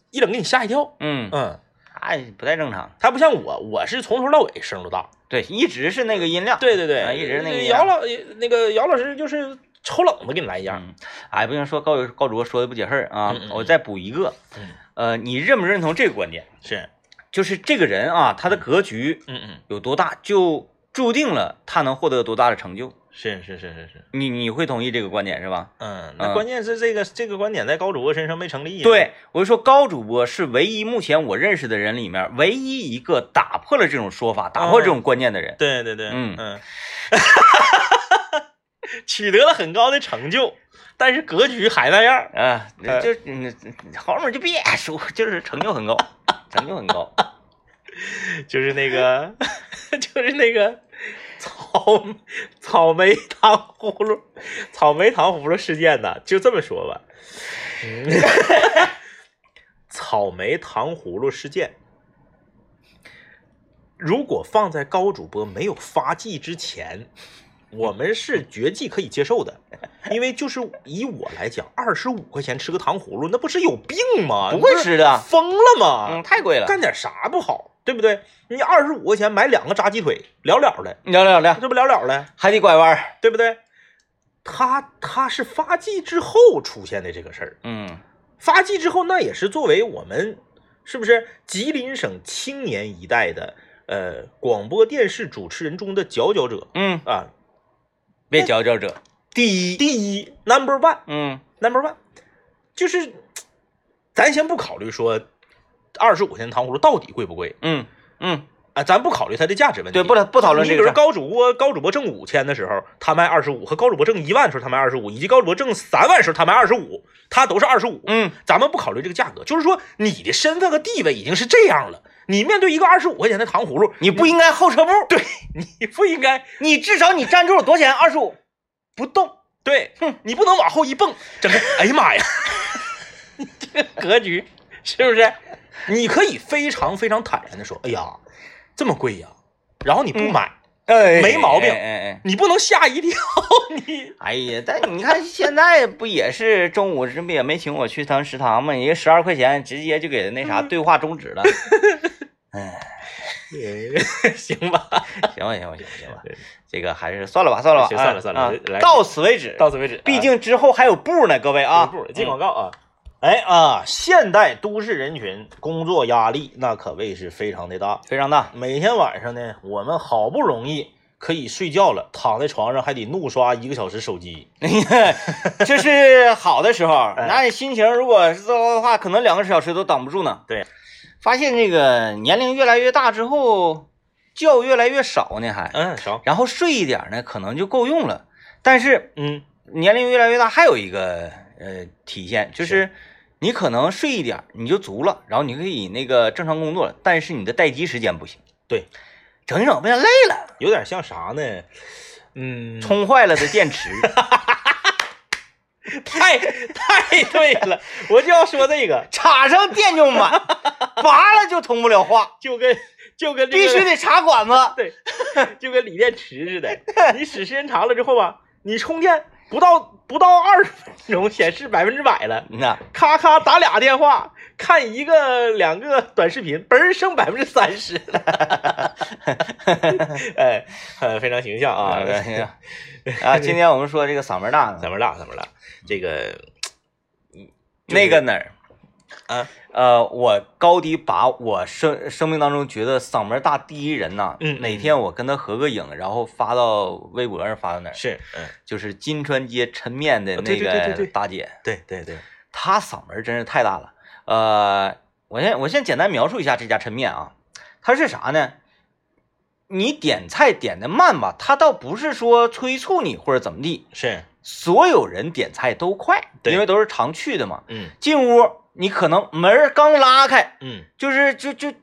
Speaker 2: 一整给你吓一跳。
Speaker 1: 嗯，
Speaker 2: 嗯，
Speaker 1: 哎，不太正常。
Speaker 2: 他不像我，我是从头到尾声都大。
Speaker 1: 对，一直是那个音量。
Speaker 2: 对对对，
Speaker 1: 啊一直那个
Speaker 2: 姚老呃那个姚老师就是抽冷子给你来一样。
Speaker 1: 嗯，哎，不行，说高高卓说的不解恨儿啊，
Speaker 2: 嗯嗯嗯
Speaker 1: 我再补一个。
Speaker 2: 嗯
Speaker 1: 呃，你认不认同这个观点？
Speaker 2: 是，
Speaker 1: 就是这个人啊，他的格局
Speaker 2: 嗯嗯，
Speaker 1: 有多大，就注定了他能获得多大的成就。
Speaker 2: 是是是是是，
Speaker 1: 你你会同意这个观点是吧？
Speaker 2: 嗯，
Speaker 1: 嗯
Speaker 2: 那关键是这个这个观点在高主播身上没成立。，
Speaker 1: 对，我就说高主播是唯一目前我认识的人里面唯一一个打破了这种说法、打破
Speaker 2: 哦
Speaker 1: 这种观念的人。
Speaker 2: 对对对，
Speaker 1: 嗯
Speaker 2: 嗯， <laughs> 取得了很高的成就，但是格局还那样。
Speaker 1: 啊，
Speaker 2: 呃
Speaker 1: 就嗯好母就别说，就是成就很高，成就很
Speaker 2: <laughs>
Speaker 1: 高。
Speaker 2: 就是那个， <laughs> 就是那个草草莓糖葫芦，草莓糖葫芦事件呢，就这么说吧。草莓糖葫芦事件，如果放在高主播没有发迹之前，我们是绝技可以接受的，因为就是以我来讲，二十五块钱吃个糖葫芦，那不是有病吗？
Speaker 1: 不会吃的，
Speaker 2: 疯了吗？
Speaker 1: 嗯，太贵了。
Speaker 2: 干点啥不好，对不对？你二十五块钱买两个炸鸡腿，了了的，
Speaker 1: 聊聊聊，
Speaker 2: 这不了了的，
Speaker 1: 还得拐弯儿。
Speaker 2: 对不对？他他是发迹之后出现的这个事儿，
Speaker 1: 嗯
Speaker 2: 发迹之后那也是作为我们是不是吉林省青年一代的呃广播电视主持人中的佼佼者
Speaker 1: 嗯，
Speaker 2: 啊，
Speaker 1: 别佼佼者。
Speaker 2: 第一第一 number one
Speaker 1: 嗯
Speaker 2: number one，就是咱先不考虑说二十五块钱糖葫芦到底贵不贵，
Speaker 1: 嗯嗯，
Speaker 2: 啊，咱不考虑它的价值问题，
Speaker 1: 对，不不讨论这
Speaker 2: 你
Speaker 1: 个事
Speaker 2: 比如
Speaker 1: 儿。
Speaker 2: 高主播高主播挣五千的时候，他卖二十五；和高主播挣一万的时候，他卖二十五；以及高主播挣三万的时候，他卖二十五，他都是二十五。
Speaker 1: 嗯
Speaker 2: 咱们不考虑这个价格，就是说你的身份和地位已经是这样了，你面对一个二十五块钱的糖葫芦，
Speaker 1: 你不应该后撤步，
Speaker 2: 对，你不应该
Speaker 1: 你至少你站住了多少钱？二十五，不动。
Speaker 2: 对，
Speaker 1: 哼
Speaker 2: 你不能往后一蹦，整个，哎呀妈呀，你这个格局是不是？你可以非常非常坦然的说，哎呀，这么贵呀、然后你不买，
Speaker 1: 哎
Speaker 2: 没毛病
Speaker 1: 哎哎哎
Speaker 2: 你不能吓一跳，你
Speaker 1: 哎呀，但你看现在不也是中午，这不也没请我去趟食堂吗？一个十二块钱，直接就给那啥
Speaker 2: 嗯
Speaker 1: 对话终止了。
Speaker 2: 行吧。
Speaker 1: 行吧，行吧，行吧，行吧，这个还是算了吧，算了吧，
Speaker 2: 行算了
Speaker 1: 啊
Speaker 2: 算了
Speaker 1: 啊
Speaker 2: 来
Speaker 1: 到此为止，
Speaker 2: <laughs> 到此为止，
Speaker 1: 毕竟之后还有步呢，各位
Speaker 2: 啊，
Speaker 1: 啊，
Speaker 2: 不进广告啊。哎啊，现代都市人群工作压力那可谓是非常的大。
Speaker 1: 非常大， <laughs>
Speaker 2: 每天晚上呢，我们好不容易可以睡觉了，躺在床上还得怒刷一个小时手机。
Speaker 1: 这是好的时候，
Speaker 2: <laughs> 哎
Speaker 1: 那你心情如果是糟的话，可能两个小时都挡不住呢。
Speaker 2: 对，
Speaker 1: 发现这个年龄越来越大之后，觉越来越少呢，还，
Speaker 2: 嗯，行，
Speaker 1: 然后睡一点呢，可能就够用了，但是。
Speaker 2: 嗯，
Speaker 1: 年龄越来越大，还有一个呃体现就是
Speaker 2: 是，
Speaker 1: 你可能睡一点儿你就足了，然后你可以那个正常工作了，但是你的待机时间不行。
Speaker 2: 对，
Speaker 1: 整一整不行，累了，
Speaker 2: 有点像啥呢？嗯，
Speaker 1: 充坏了的电池。
Speaker 2: 太 <laughs> 太对了，我就要说这个，
Speaker 1: 插上电就满，拔了就通不了话，
Speaker 2: 就跟就跟这
Speaker 1: 必
Speaker 2: 个
Speaker 1: 须得插管子。
Speaker 2: 对， <laughs> 就跟锂电池似 <laughs> 的，你使时间长了之后吧，你充电不到不到二十分钟显示百分之百了，
Speaker 1: 那
Speaker 2: 咔咔打俩电话，看一个两个短视频，嘣儿升百分之三十 <laughs> 了，哎，呃，非常形象啊 <laughs>
Speaker 1: 啊，啊，今天我们说这个嗓门大
Speaker 2: 怎
Speaker 1: 呢，
Speaker 2: 么了？怎么了？这个
Speaker 1: 那个哪儿，
Speaker 2: 啊，
Speaker 1: 呃，我高低把我生生命当中觉得嗓门大第一人呐，
Speaker 2: 嗯
Speaker 1: 哪天我跟他合个影，然后发到微博上，发到哪儿？
Speaker 2: 是，嗯，
Speaker 1: 就是金川街抻面的
Speaker 2: 哦
Speaker 1: 那
Speaker 2: 对对对对
Speaker 1: 个
Speaker 2: 对
Speaker 1: 大姐，
Speaker 2: 对对对，
Speaker 1: 她嗓门真是太大了。呃，我先我先简单描述一下这家抻面啊，它是啥呢？你点菜点的慢吧，它倒不是说催促你或者怎么地，
Speaker 2: 是，
Speaker 1: 所有人点菜都快，
Speaker 2: 对
Speaker 1: 因为都是常去的嘛。
Speaker 2: 嗯
Speaker 1: 进屋你可能门儿刚拉开，
Speaker 2: 嗯，
Speaker 1: 就是就就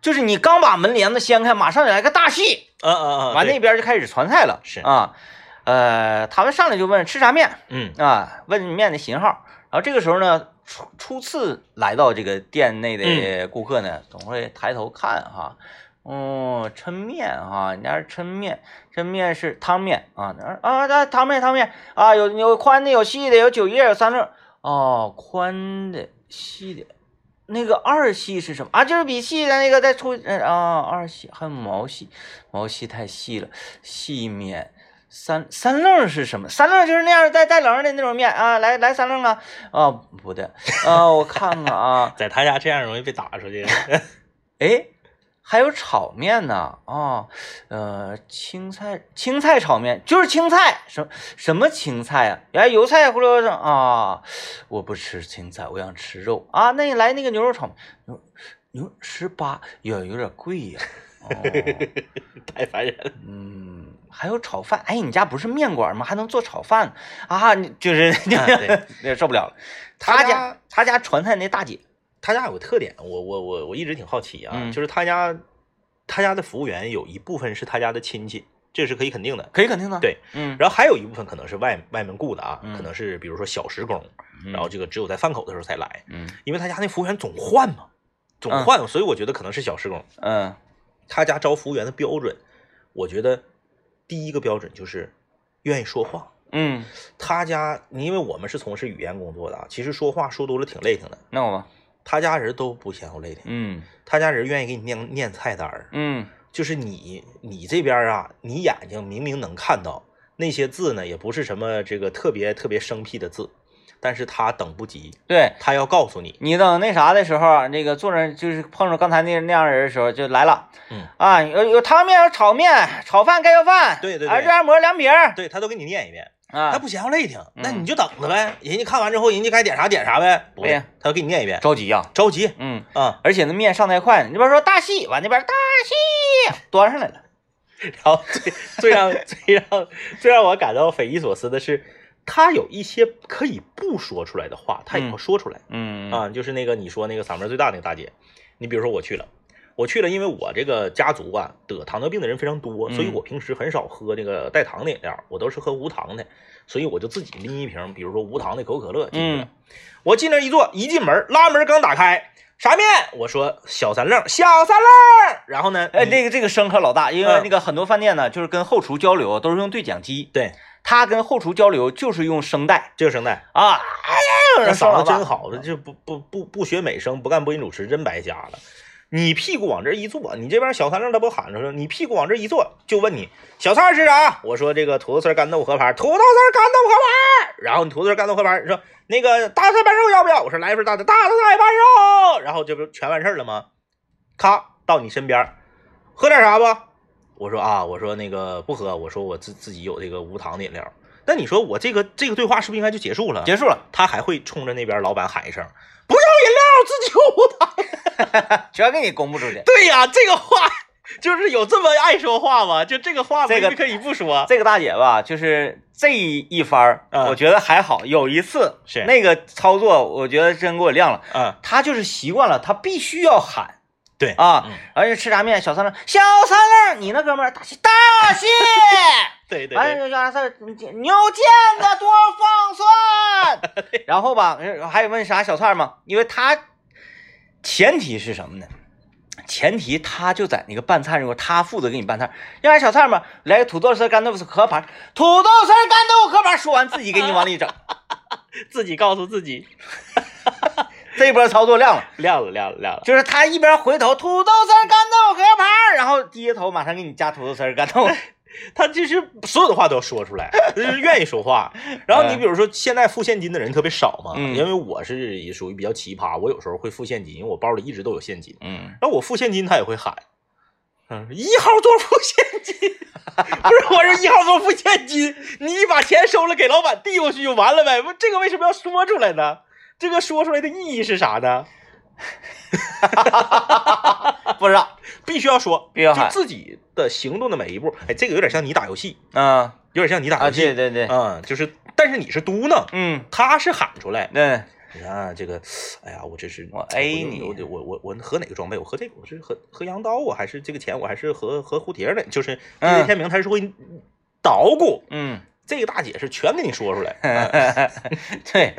Speaker 1: 就是你刚把门帘子掀开，马上来个大戏，
Speaker 2: 啊啊啊，
Speaker 1: 完
Speaker 2: 对
Speaker 1: 那边就开始传菜了，
Speaker 2: 是
Speaker 1: 啊，呃，他们上来就问吃啥面
Speaker 2: 嗯，
Speaker 1: 啊，问面的型号。然后这个时候呢，初初次来到这个店内的顾客呢，总会抬头看哈，哦，抻面哈，人家是抻面，抻面是汤面啊，那啊，那汤面汤面啊，有有宽的，有细的，有九叶，有三乐。哦，宽的细的，那个二细是什么啊？就是比细的那个再粗呃啊，二细还有毛细，毛细太细了，细面。三三愣是什么？三愣就是那样带带棱的那种面啊！来来三愣啊！啊，不对，啊，我看看啊
Speaker 2: 在他家这样容易被打出去。 <laughs>
Speaker 1: 哎，还有炒面呢啊，呃，青菜青菜炒面就是青菜，什什么青菜啊？原来油菜胡萝卜啊，我不吃青菜，我想吃肉啊。那你来那个牛肉炒面，牛牛十八有有点贵呀、哦
Speaker 2: 太烦人了。
Speaker 1: 嗯，还有炒饭，哎，你家不是面馆吗？还能做炒饭啊？你就是、
Speaker 2: 啊
Speaker 1: <laughs>
Speaker 2: <laughs> <laughs> 对
Speaker 1: 那受不了了。
Speaker 2: 他
Speaker 1: 他
Speaker 2: 家
Speaker 1: 家他家传菜那大姐，
Speaker 2: 他家有个特点，我我我我一直挺好奇啊，
Speaker 1: 嗯
Speaker 2: 就是他家他家的服务员有一部分是他家的亲戚，这是可以肯定的。
Speaker 1: 可以肯定的。
Speaker 2: 对，
Speaker 1: 嗯，
Speaker 2: 然后还有一部分可能是外外面雇的啊，
Speaker 1: 嗯
Speaker 2: 可能是比如说小时工，
Speaker 1: 嗯
Speaker 2: 然后这个只有在饭口的时候才来，
Speaker 1: 嗯
Speaker 2: 因为他家那服务员总换嘛，总换，所以我觉得可能是小时工。
Speaker 1: 嗯
Speaker 2: 他家招服务员的标准，我觉得第一个标准就是愿意说话。
Speaker 1: 嗯，
Speaker 2: 他家，因为我们是从事语言工作的啊，其实说话说多了挺累挺的。
Speaker 1: 那我吧，
Speaker 2: 他家人都不嫌我累挺，
Speaker 1: 嗯
Speaker 2: 他家人愿意给你念念菜单儿，
Speaker 1: 嗯
Speaker 2: 就是你你这边啊，你眼睛明明能看到那些字呢，也不是什么这个特别特别生僻的字，但是他等不及，
Speaker 1: 对。
Speaker 2: 他要告诉你，
Speaker 1: 你等那啥的时候，那个坐那儿就是碰着刚才那那样人的时候就来了，
Speaker 2: 嗯
Speaker 1: 啊，有有汤面，有炒面，炒饭盖浇饭，
Speaker 2: 对对对
Speaker 1: 啊，热按摩凉皮儿，
Speaker 2: 对他都给你念一遍，他
Speaker 1: 啊，
Speaker 2: 不嫌我累挺，那
Speaker 1: 嗯
Speaker 2: 你就等着呗，人家看完之后，人家该点啥点啥呗，不
Speaker 1: 对呀，
Speaker 2: 他要给你念一遍，
Speaker 1: 着急呀，
Speaker 2: 着急
Speaker 1: 嗯， <laughs>
Speaker 2: 啊，
Speaker 1: 而且那面上太快，你这边说大戏，完那边大戏端上来了。
Speaker 2: 然后最最让最让最让我感到匪夷所思的是，他有一些可以不说出来的话，他也要
Speaker 1: 嗯
Speaker 2: 说出来。
Speaker 1: 嗯
Speaker 2: 啊，就是那个你说那个嗓门最大那个大姐，你比如说我去了，我去了，因为我这个家族啊得糖尿病的人非常多，所以
Speaker 1: 嗯
Speaker 2: 我平时很少喝那个带糖的饮料，我都是喝无糖的，所以我就自己拎一瓶，比如说无糖的可口可乐进去了。
Speaker 1: 嗯
Speaker 2: 我进那一坐，一进门，拉门刚打开，啥面？我说小三愣，小三愣。然后呢，
Speaker 1: 哎，
Speaker 2: 你
Speaker 1: 这个这个声可老大，因为
Speaker 2: 嗯
Speaker 1: 那个很多饭店呢，就是跟后厨交流都是用对讲机，
Speaker 2: 对
Speaker 1: 他跟后厨交流就是用声带
Speaker 2: 这个声带，
Speaker 1: 啊。哎呀，
Speaker 2: 那
Speaker 1: 有声
Speaker 2: 嗓
Speaker 1: 老
Speaker 2: 子
Speaker 1: 大
Speaker 2: 真好，这不不不不学美声，不干播音主持，真白瞎了。你屁股往这一坐，你这边小三愣他不喊着说，你屁股往这一坐，就问你小菜吃啥？我说这个土豆丝儿干豆腐合盘儿，土豆丝儿干豆腐合盘儿。然后你土豆丝儿干豆腐合盘儿，你说那个大菜拌肉要不要？我说来一份大的大菜拌肉。然后这不全完事儿了吗？咔到你身边儿，喝点啥不？我说啊，我说那个不喝，我说我自自己有这个无糖的饮料。那你说我这个这个对话是不是应该就结束了？
Speaker 1: 结束了，
Speaker 2: 他还会冲着那边老板喊一声：“不要饮料，自己有无糖。
Speaker 1: <laughs> 全给你公布出去”。
Speaker 2: 对呀、这个话就是有这么爱说话吗？就这个话
Speaker 1: 这个
Speaker 2: 明明可以不说。
Speaker 1: 这个大姐吧，就是这一番儿，
Speaker 2: 嗯
Speaker 1: 我觉得还好。有一次
Speaker 2: 是
Speaker 1: 那个操作，我觉得真给我亮了。
Speaker 2: 嗯，
Speaker 1: 她就是习惯了，她必须要喊，
Speaker 2: 对
Speaker 1: 啊
Speaker 2: 嗯，
Speaker 1: 而且吃啥面？小三愣，小三愣，你那哥们儿大蟹大蟹，
Speaker 2: 对对
Speaker 1: 完
Speaker 2: 对，
Speaker 1: 了小三愣，牛腱子多放蒜，
Speaker 2: <laughs>
Speaker 1: 然后吧，还有问啥小菜吗？因为他前提是什么呢？前提他就在那个拌菜那块儿，他负责给你拌菜。要啥小菜吗？来个土豆丝儿干豆腐壳盘，土豆丝儿干豆腐壳盘。说完自己给你往里整，
Speaker 2: <laughs> 自己告诉自己，
Speaker 1: 这波操作亮了。
Speaker 2: 亮了亮了亮了。
Speaker 1: 就是他一边回头土豆丝儿干豆腐壳盘儿，然后低着头马上给你加土豆丝儿干
Speaker 2: <laughs>
Speaker 1: 豆腐。
Speaker 2: 他就是所有的话都要说出来， <laughs> 就是愿意说话。然后你比如说，现在付现金的人特别少嘛，
Speaker 1: 哎嗯
Speaker 2: 因为我是也属于比较奇葩，我有时候会付现金，因为我包里一直都有现金。
Speaker 1: 嗯，
Speaker 2: 然后我付现金，他也会喊，嗯，一号座付现金， <laughs> 不是，我说一号座付现金，你把钱收了给老板递过去就完了呗，不这个为什么要说出来呢？这个说出来的意义是啥呢？
Speaker 1: 不知道，
Speaker 2: 必须要说，
Speaker 1: 必须要
Speaker 2: 就
Speaker 1: 喊
Speaker 2: 自己的行动的每一步，哎，这个有点像你打游戏，
Speaker 1: 嗯
Speaker 2: 有点像你打
Speaker 1: 啊，
Speaker 2: 游戏，
Speaker 1: 对对对，
Speaker 2: 嗯，就是，但是你是嘟囔，
Speaker 1: 嗯，
Speaker 2: 他是喊出来，
Speaker 1: 那
Speaker 2: 你看啊这个，哎呀，我这是
Speaker 1: 我 A
Speaker 2: 我
Speaker 1: 你
Speaker 2: 我我我我合哪个装备？我合这个，我是合合羊刀啊，还是这个钱我还是合合蝴蝶的？就是
Speaker 1: 嗯
Speaker 2: 叶天明他是会捣鼓，
Speaker 1: 嗯
Speaker 2: 这个大姐是全给你
Speaker 1: <laughs>
Speaker 2: 说出来。
Speaker 1: 对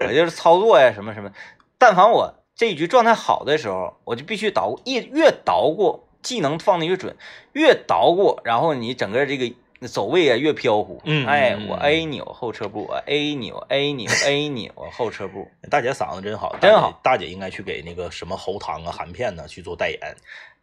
Speaker 1: 我就是操作呀，什么什么，但凡我这一局状态好的时候，我就必须捣鼓，越越捣鼓，技能放的越准，越捣鼓，然后你整个这个走位啊越飘忽。
Speaker 2: 嗯
Speaker 1: 哎
Speaker 2: 嗯，
Speaker 1: 我
Speaker 2: 嗯
Speaker 1: A 扭后撤步，我 A 扭 A 扭 A 扭后撤步，
Speaker 2: 大姐嗓子真好，
Speaker 1: 真好
Speaker 2: 大姐。大姐应该去给那个什么喉糖啊、含片呐、去做代言。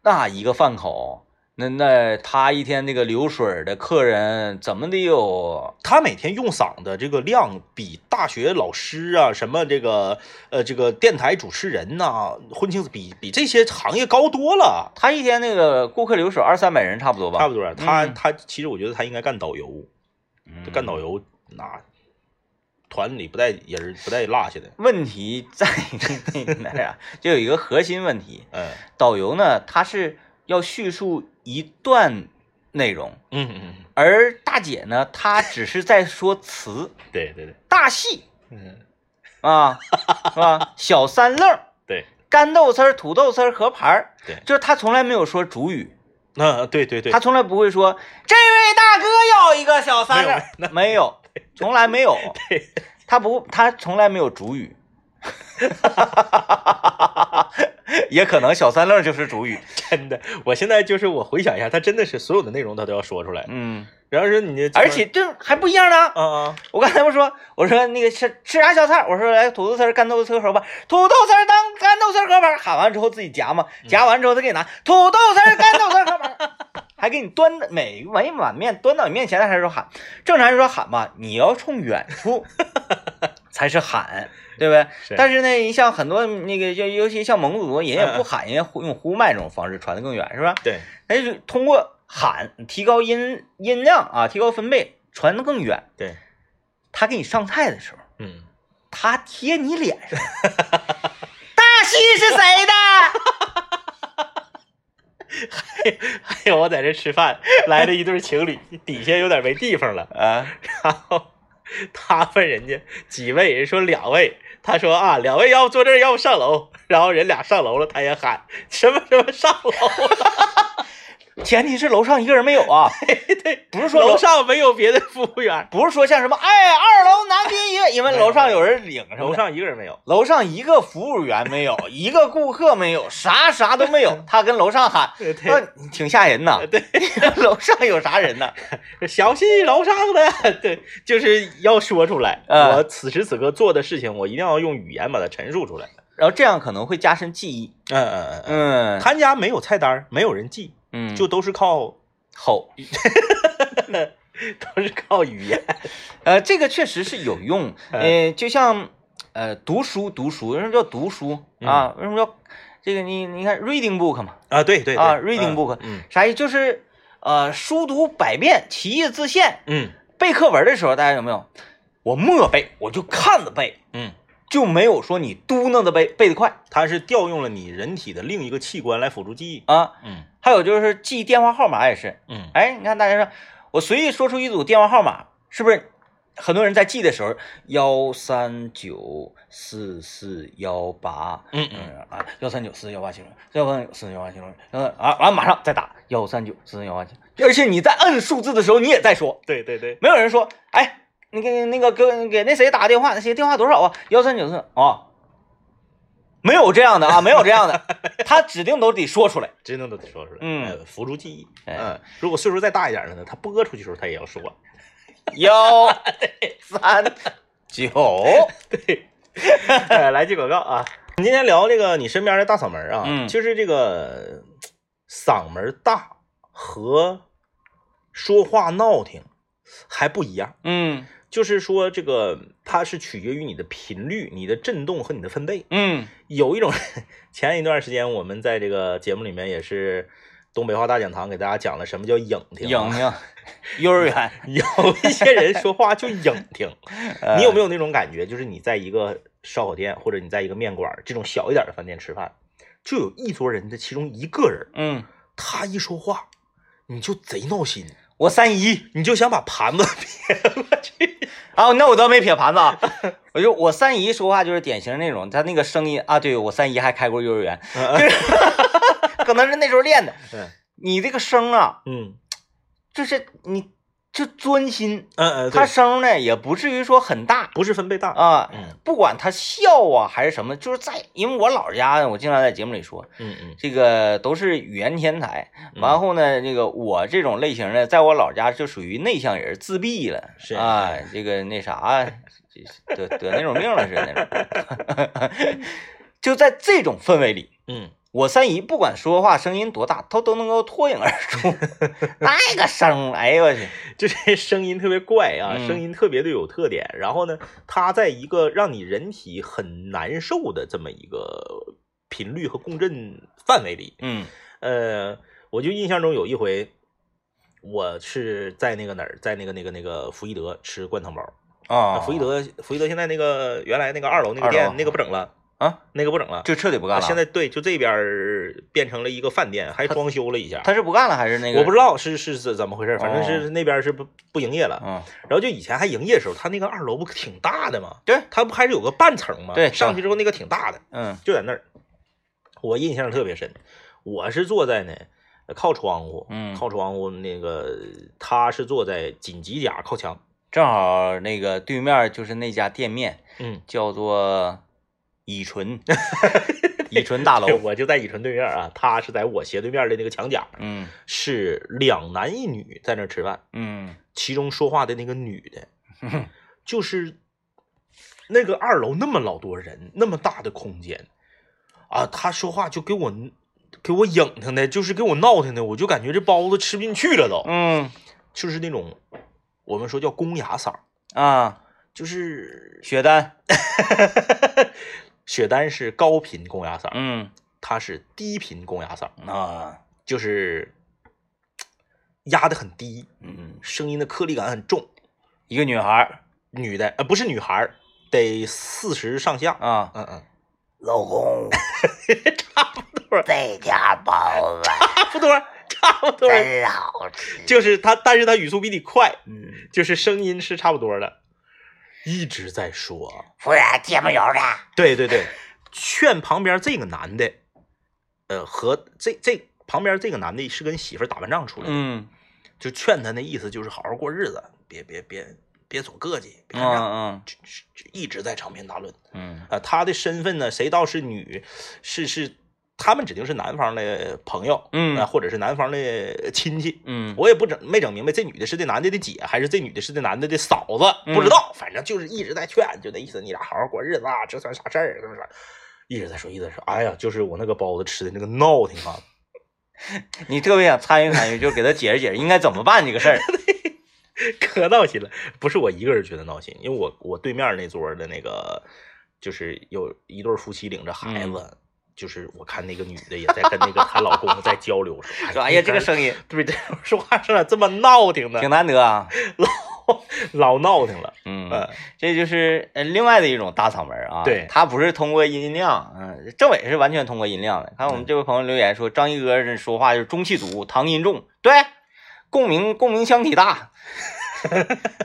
Speaker 1: 那一个饭口。那那他一天那个流水的客人怎么得有
Speaker 2: 她每天用嗓的这个量，比大学老师啊、什么这个呃这个电台主持人呐、婚庆比比这些行业高多了。
Speaker 1: 他一天那个顾客流水二三百人差不多吧，
Speaker 2: 差不多，她
Speaker 1: 嗯
Speaker 2: 她其实我觉得她应该干导游，
Speaker 1: 多
Speaker 2: 就干导游那团里不带人不带落下的。
Speaker 1: 问题在于那啥， <laughs> 就有一个核心问题，
Speaker 2: 嗯
Speaker 1: 导游呢他是要叙述一段内容，
Speaker 2: 嗯嗯嗯，
Speaker 1: 而大姐呢她只是在说词，
Speaker 2: 对对对，
Speaker 1: 大戏
Speaker 2: 嗯
Speaker 1: 啊， <laughs> 是吧？小三愣儿，
Speaker 2: 对，
Speaker 1: 干豆丝儿、土豆丝儿、和盘儿，
Speaker 2: 对
Speaker 1: 就是她从来没有说主语，
Speaker 2: 那对对对
Speaker 1: 她，从来不会说这位大哥要一个小三愣
Speaker 2: 没
Speaker 1: 儿，没有，从来没有，她不，她从来没有主
Speaker 2: <laughs>
Speaker 1: 语。也可能小三愣儿就是主语，
Speaker 2: 真的，我现在就是我回想一下，他真的是所有的内容他都要说出来，
Speaker 1: 嗯，
Speaker 2: 然后是你这，
Speaker 1: 而且这还不一样呢，
Speaker 2: 啊啊，
Speaker 1: 我刚才不说，我说那个吃吃啥小菜儿？我说来土豆丝儿干豆丝儿盒吧，土豆丝儿当干豆丝儿盒吧。喊完之后自己夹嘛，夹完之后他给你拿土豆丝儿干豆丝儿盒吧， <laughs> 还给你端的每每碗面端到你面前的还是说喊，正常人说喊吧，你要冲远处才是喊，对不对？
Speaker 2: 是
Speaker 1: 但是呢，你像很多那个，尤尤其像蒙古族，人也不喊，人家呼用呼麦这种方式传的更远，是吧？
Speaker 2: 对，
Speaker 1: 但是通过喊提高音音量啊，提高分贝，传的更远。
Speaker 2: 对，
Speaker 1: 他给你上菜的时候，
Speaker 2: <laughs> 嗯，
Speaker 1: 他贴你脸上，大西是谁
Speaker 2: <laughs>
Speaker 1: 的？
Speaker 2: 还有哎我在这吃饭，来了一对情侣，底下有点没地方了，
Speaker 1: 啊，
Speaker 2: 然后他问人家几位，人说两位，他说啊，两位要不坐这儿，要不上楼，然后人俩上楼了，他也喊什么什么上楼啊了，
Speaker 1: 前提是楼上一个人没有
Speaker 2: <laughs>
Speaker 1: 啊，不是说
Speaker 2: 楼
Speaker 1: 楼上，
Speaker 2: 上没有别的服务员，
Speaker 1: 不是说像什么哎，二楼男宾一位，因为楼上有人领什
Speaker 2: <laughs> 楼
Speaker 1: 么的。
Speaker 2: 上一个人没有，
Speaker 1: 楼上一个服务员没有，一个顾客没有，啥啥都没
Speaker 2: <laughs>
Speaker 1: 有。他跟楼上喊，
Speaker 2: <laughs> 对
Speaker 1: 那挺吓人呐。
Speaker 2: 对。
Speaker 1: <laughs> 楼上有啥人呐？
Speaker 2: 小心楼上的，对，就是要说出来。
Speaker 1: 嗯
Speaker 2: 我此时此刻做的事情，我一定要用语言把它陈述出来。
Speaker 1: 然后这样可能会加深记忆。
Speaker 2: 嗯嗯嗯
Speaker 1: 嗯
Speaker 2: 嗯，，他家没有菜单，没有人记，
Speaker 1: 嗯，
Speaker 2: 就都是靠
Speaker 1: 吼。
Speaker 2: <laughs> 都是靠语言。
Speaker 1: 呃，这个确实是有用。
Speaker 2: 嗯
Speaker 1: 呃，就像呃读书读书，为什么叫读书啊？为什么叫这个你你看 reading book 嘛，
Speaker 2: 啊，对对对
Speaker 1: 啊，reading book
Speaker 2: 嗯
Speaker 1: 啥意思？就是呃书读百遍，其义自现。
Speaker 2: 嗯
Speaker 1: 背课文的时候，大家有没有？我默背，我就看着背，
Speaker 2: 嗯，
Speaker 1: 就没有说你嘟囔着背背得快
Speaker 2: 它是调用了你人体的另一个器官来辅助记忆。
Speaker 1: 啊。
Speaker 2: 嗯
Speaker 1: 还有就是记电话号码也是，
Speaker 2: 嗯，
Speaker 1: 哎，你看大家说，我随意说出一组电话号码，是不是很多人在记的时候，幺三九四四幺八，
Speaker 2: 嗯
Speaker 1: 嗯啊，幺三九四幺八七零，幺三九四幺八七零，嗯啊，完了马上再打幺三九四幺八七，而且你在摁数字的时候，你也在说，
Speaker 2: 对对对，
Speaker 1: 没有人说，哎，你给那个给给那谁打个电话，那谁电话多少啊？幺三九四啊。没有这样的啊，没有这样的，他指定都得说出来。
Speaker 2: 真的都得说出来。
Speaker 1: 嗯
Speaker 2: 呃辅助记忆。
Speaker 1: 哎
Speaker 2: 嗯，如果岁数再大一点的呢，他播出去的时候他也
Speaker 1: <laughs>
Speaker 2: 要说。
Speaker 1: 幺三九，
Speaker 2: 哎，来接广告啊！你今天聊这个你身边的大嗓门啊，
Speaker 1: 嗯
Speaker 2: 就是这个嗓门大和说话闹挺还不一样，
Speaker 1: <laughs> 嗯
Speaker 2: 就是说这个它是取决于你的频率、你的震动和你的分贝。
Speaker 1: 嗯
Speaker 2: 有一种前一段时间我们在这个节目里面也是东北话大讲堂给大家讲了什么叫影听
Speaker 1: 影
Speaker 2: 啊，
Speaker 1: 影，幼儿 <laughs> 园，
Speaker 2: 有一些人说话就影 <laughs> 听。你有没
Speaker 1: 有？
Speaker 2: 有那种感觉，就是你在一个烧烤店或者你在一个面馆儿这种小一点儿的饭店吃饭，就有一桌人的其中一个人，
Speaker 1: 嗯，
Speaker 2: 他一说话，你就贼闹心，
Speaker 1: 我三姨
Speaker 2: 你就想把盘子 <laughs> 撇过去。
Speaker 1: 啊，那我倒没撇盘子啊， <laughs> 我就我三姨说话就是典型那种，她那个声音啊，对我三姨还开过幼儿园，
Speaker 2: 嗯
Speaker 1: 就是可能是那时候练的。
Speaker 2: 嗯
Speaker 1: 你这个声啊，
Speaker 2: 嗯
Speaker 1: 就是你就钻心，
Speaker 2: 嗯嗯，对
Speaker 1: 他声呢也不至于说很大
Speaker 2: 不是分贝大，
Speaker 1: 啊，
Speaker 2: 嗯
Speaker 1: 不管他笑啊还是什么，就是在因为我姥儿家呢，我经常在节目里说，
Speaker 2: 嗯嗯
Speaker 1: 这个都是语言天才。
Speaker 2: 嗯
Speaker 1: 然后呢，这个我这种类型的，在我老家就属于内向人，自闭了，
Speaker 2: 是
Speaker 1: 啊，这个那啥，啊这得得那种病了似的那种。 <laughs> 就在这种氛围里，
Speaker 2: 嗯，
Speaker 1: 我三姨不管说话声音多大，她都能够脱颖而
Speaker 2: <laughs>
Speaker 1: 出，那个声儿，哎呦我去，
Speaker 2: 就这声音特别怪啊，
Speaker 1: 嗯
Speaker 2: 声音特别的有特点。然后呢，它在一个让你人体很难受的这么一个频率和共振范围里，
Speaker 1: 嗯
Speaker 2: 呃，我就印象中有一回，我是在那个哪儿，在那个那个那个福一德吃灌汤包。
Speaker 1: 啊，
Speaker 2: 啊福一德，福一德现在那个原来那个二楼那个
Speaker 1: 二楼
Speaker 2: 店那个不整了，
Speaker 1: 啊，
Speaker 2: 那个不整了。
Speaker 1: 就彻底不干
Speaker 2: 啊
Speaker 1: 了。
Speaker 2: 现在对，就这边儿变成了一个饭店，还装修了一下。
Speaker 1: 他是不干了还是那个？哦
Speaker 2: 我不知
Speaker 1: 道，
Speaker 2: 道是是怎怎么回事，反正是那边是不不营业了。
Speaker 1: 嗯，
Speaker 2: 然后就以前还营业的时候，他那个二楼不挺大的吗？
Speaker 1: 对，
Speaker 2: 它不还是有个半层吗？
Speaker 1: 对
Speaker 2: 上去之后那个挺大的，
Speaker 1: 嗯
Speaker 2: 就在那儿。我印象特别深，我是坐在呢靠窗户，
Speaker 1: 嗯
Speaker 2: 靠窗户那个他是坐在紧急夹靠墙，
Speaker 1: 正好那个对面就是那家店面，
Speaker 2: 嗯，
Speaker 1: 叫做乙 <laughs> 醇，乙醇大楼。
Speaker 2: 我就在乙醇对面啊，他是在我斜对面的那个墙角，
Speaker 1: 嗯
Speaker 2: 是两男一女在那儿吃饭，
Speaker 1: 嗯
Speaker 2: 其中说话的那个女的，
Speaker 1: <laughs>
Speaker 2: 就是那个二楼那么老多人，那么大的空间啊，她说话就给我给我影挺的，就是给我闹挺的，我就感觉这包子吃不进去了都，
Speaker 1: 嗯
Speaker 2: 就是那种我们说叫公鸭嗓儿，
Speaker 1: 啊， <laughs>
Speaker 2: 就是
Speaker 1: 雪丹，
Speaker 2: 雪丹是高频公鸭嗓儿，
Speaker 1: 嗯
Speaker 2: 她是低频公鸭嗓儿，
Speaker 1: 啊，
Speaker 2: 就是压的很低，
Speaker 1: 嗯，
Speaker 2: 声音的颗粒感很重。
Speaker 1: 一个女孩儿
Speaker 2: 女的，呃，不是女孩儿，得四十上下。
Speaker 1: 啊，
Speaker 2: 嗯嗯，
Speaker 1: 老 <laughs> 公，
Speaker 2: 差不多，
Speaker 1: 这家包子 <laughs>
Speaker 2: 差不多，差不多。
Speaker 1: 好吃。
Speaker 2: <laughs> 就是他，但是他语速比你快，
Speaker 1: 嗯，
Speaker 2: 就是声音是差不多的，一直在说。
Speaker 1: 不然节目有的，
Speaker 2: 对对对，劝旁边这个男的，呃，和这这旁边这个男的是跟媳妇儿打完仗出来的，
Speaker 1: 嗯
Speaker 2: 就劝他那意思就是好好过日子，别别别别总膈气，
Speaker 1: 嗯
Speaker 2: 别干仗。
Speaker 1: 嗯
Speaker 2: 就就就一直在长篇大论
Speaker 1: 嗯
Speaker 2: 啊。他的身份呢，谁道是女，是是，他们指定是男方的朋友，啊，
Speaker 1: 嗯
Speaker 2: 或者是男方的亲戚。
Speaker 1: 嗯，
Speaker 2: 我也不整没整明白，这女的是这男的的姐，还是这女的是这男的的嫂子？
Speaker 1: 嗯
Speaker 2: 不知道，反正就是一直在劝，就那意思，你俩好好过日子啊，这算啥事儿？是不是？一直在说，一直在说，哎呀，就是我那个包子吃的那个闹挺啊，
Speaker 1: 你特别想参与参与，就给他解释解释应该怎么办这个 <laughs> 事儿。
Speaker 2: 可闹心了。不是我一个人觉得闹心，因为我我对面那桌的那个就是有一对夫妻领着孩子，
Speaker 1: 嗯
Speaker 2: 就是我看那个女的也在跟那个她老公在交流，说
Speaker 1: <laughs> 说哎呀，这个
Speaker 2: 声
Speaker 1: 声音
Speaker 2: 对这 <laughs> 说话是咋这么闹挺
Speaker 1: 挺
Speaker 2: 的，
Speaker 1: 难得啊。
Speaker 2: 老闹挺了。
Speaker 1: 嗯，
Speaker 2: 呃，
Speaker 1: 这就是呃另外的一种大嗓门儿啊。
Speaker 2: 对
Speaker 1: 他不是通过音量，嗯，政委是完全通过音量的。看我们
Speaker 2: 嗯
Speaker 1: 这位朋友留言说，张一哥这说话就是中气足，唐音重，对，共鸣共鸣箱体
Speaker 2: <laughs>
Speaker 1: 大。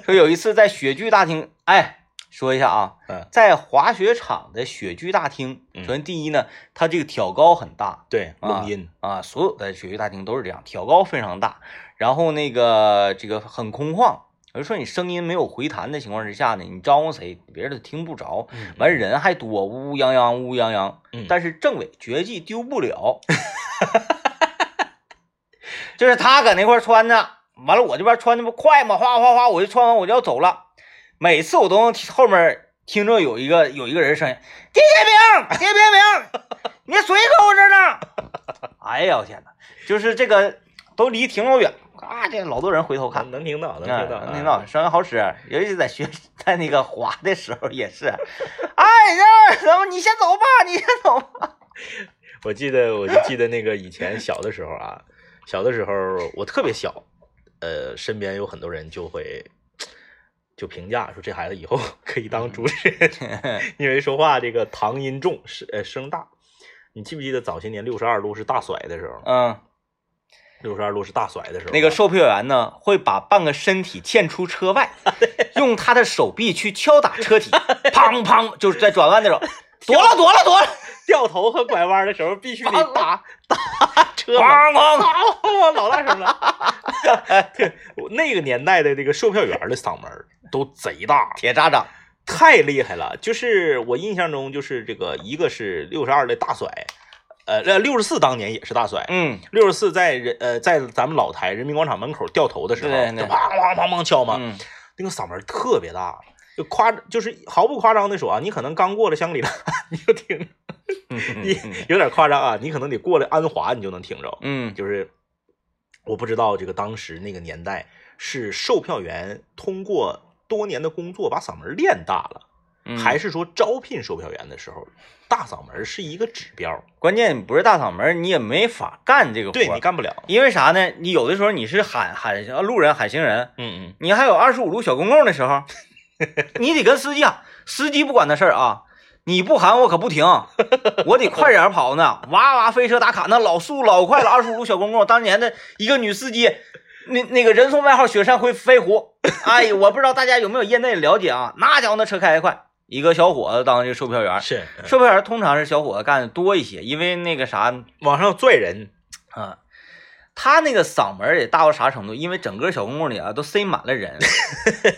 Speaker 1: 说有一次在雪剧大厅，哎，说一下啊，
Speaker 2: 嗯
Speaker 1: 在滑雪场的雪剧大厅，
Speaker 2: 嗯
Speaker 1: 首先第一呢，它这个挑高很大，
Speaker 2: 对，
Speaker 1: 啊
Speaker 2: 录音，
Speaker 1: 啊，所有的雪域大厅都是这样，挑高非常大，然后那个这个很空旷。我就说你声音没有回弹的情况之下呢，你招呼谁，别人都听不着。
Speaker 2: 嗯
Speaker 1: 完人还多，乌乌泱泱，乌泱泱。
Speaker 2: 嗯
Speaker 1: 但是政委绝技丢不了，就是他搁那块儿穿着，完了我这边穿的不快吗？哗哗哗，我就穿完我就要走了。每次我都能听后面听着有一个有一个人声音：“丁建明，丁建明，你谁搁我这儿呢？” <laughs> 哎呀，我天哪！就是这个都离挺老远，啊，这老多人回头看
Speaker 2: 能。能听到，能
Speaker 1: 啊
Speaker 2: 听到，
Speaker 1: 那
Speaker 2: 啊
Speaker 1: 闹声音好使，尤其在学 <laughs> 在那个滑的时候也是。 <laughs> 哎，这怎么你先走吧，你先走吧。
Speaker 2: 我记得，我就记得那个以前小的时候啊，小的时候我特别小，呃，身边有很多人就会就评价说这孩子以后 <laughs> 可以当主持人， <laughs> 因为说话这个唐音重，声呃声大。你记不记得早些年六十二路是大甩的时候？
Speaker 1: <laughs> 嗯，
Speaker 2: 六十二路是大甩的时候啊，
Speaker 1: 那个售票员呢会把半个身体嵌出车外，用他的手臂去敲打车体， <laughs> 砰砰，就是在转 <laughs> 弯的时候，躲了躲了躲了，
Speaker 2: 掉头和拐弯的时候必须得
Speaker 1: 梆
Speaker 2: 打打车门。
Speaker 1: 砰砰。
Speaker 2: <laughs> 啊，老大声了。对，我那个年代的这个售票员的嗓门儿都贼大，
Speaker 1: 铁渣掌，
Speaker 2: 太厉害了。就是我印象中，就是这个一个是六十二的大甩，呃，六十四当年也是大甩，
Speaker 1: 嗯，
Speaker 2: 六十四在人呃在咱们老台人民广场门口掉头的时候，就
Speaker 1: 对对
Speaker 2: 咣咣咣咣敲嘛，
Speaker 1: 嗯
Speaker 2: 那个嗓门特别大，就夸就是毫不夸张的说啊，你可能刚过了香格里拉，你就
Speaker 1: 嗯
Speaker 2: 听，
Speaker 1: <laughs>
Speaker 2: 你有点夸张啊，你可能得过了安华，你就能听着。
Speaker 1: 嗯
Speaker 2: 就是我不知道这个当时那个年代是售票员通过多年的工作把嗓门练大了，
Speaker 1: 嗯，
Speaker 2: 还是说招聘售票员的时候大嗓门是一个指标？
Speaker 1: 关键你不是大嗓门，你也没法干这个活
Speaker 2: 对
Speaker 1: 儿
Speaker 2: 你，干不了。
Speaker 1: 因为啥呢？你有的时候你是喊喊啊路人喊行人，
Speaker 2: 嗯嗯，
Speaker 1: 你还有二十五路小公共的时候，你得跟司机喊，司机不管那事儿啊。你不喊我可不停，我得快点儿跑呢，哇哇飞车打卡，那老速老快了。二十五路小公共当年的一个女司机，那那个人送外号“雪山灰飞狐”，哎呀，我不知道大家有没有业内了解啊？那家伙那车开得快，一个小伙子当这个售票员，
Speaker 2: <laughs> 是嗯
Speaker 1: 售票员通常是小伙子干的多一些，因为那个啥，
Speaker 2: 往上拽人。
Speaker 1: 啊，他那个嗓门儿得大到啥程度？因为整个小公共里啊都塞满了
Speaker 2: <laughs>
Speaker 1: 人，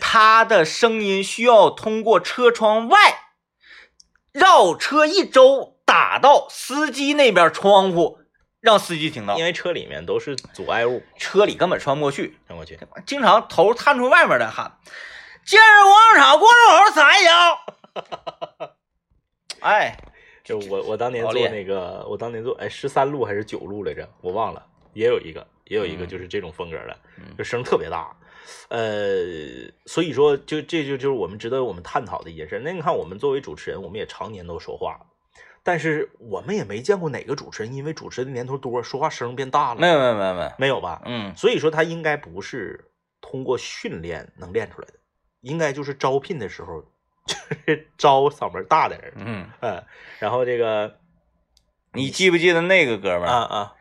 Speaker 1: 他的声音需要通过车窗外绕车一周，打到司机那边窗户，让司机听到
Speaker 2: 因。为车里面都是阻碍物，
Speaker 1: 车里根本穿不过去，
Speaker 2: 看过去。
Speaker 1: 经常头探出外面来喊：“建设广场过路口踩一脚。”
Speaker 2: <laughs>
Speaker 1: 哎，
Speaker 2: 就我我当年
Speaker 1: 好厉
Speaker 2: 做
Speaker 1: 害
Speaker 2: 那个，我当年做哎十三路还是九路来着，我忘了，也有一个也有一个
Speaker 1: 嗯
Speaker 2: 就是这种风格的，
Speaker 1: 嗯
Speaker 2: 就声特别大，呃，所以说就这就就是我们值得我们探讨的一件事。那你看我们作为主持人，我们也常年都说话，但是我们也没见过哪个主持人因为主持人的年头多，说话声变大了，
Speaker 1: 没有没有没有没有，
Speaker 2: 没有吧？
Speaker 1: 嗯
Speaker 2: 所以说他应该不是通过训练能练出来的，应该就是招聘的时候就是 <laughs> 招嗓门大的人。
Speaker 1: 嗯，
Speaker 2: 嗯，然后这个
Speaker 1: 你记不记得那个哥们儿？
Speaker 2: 啊啊，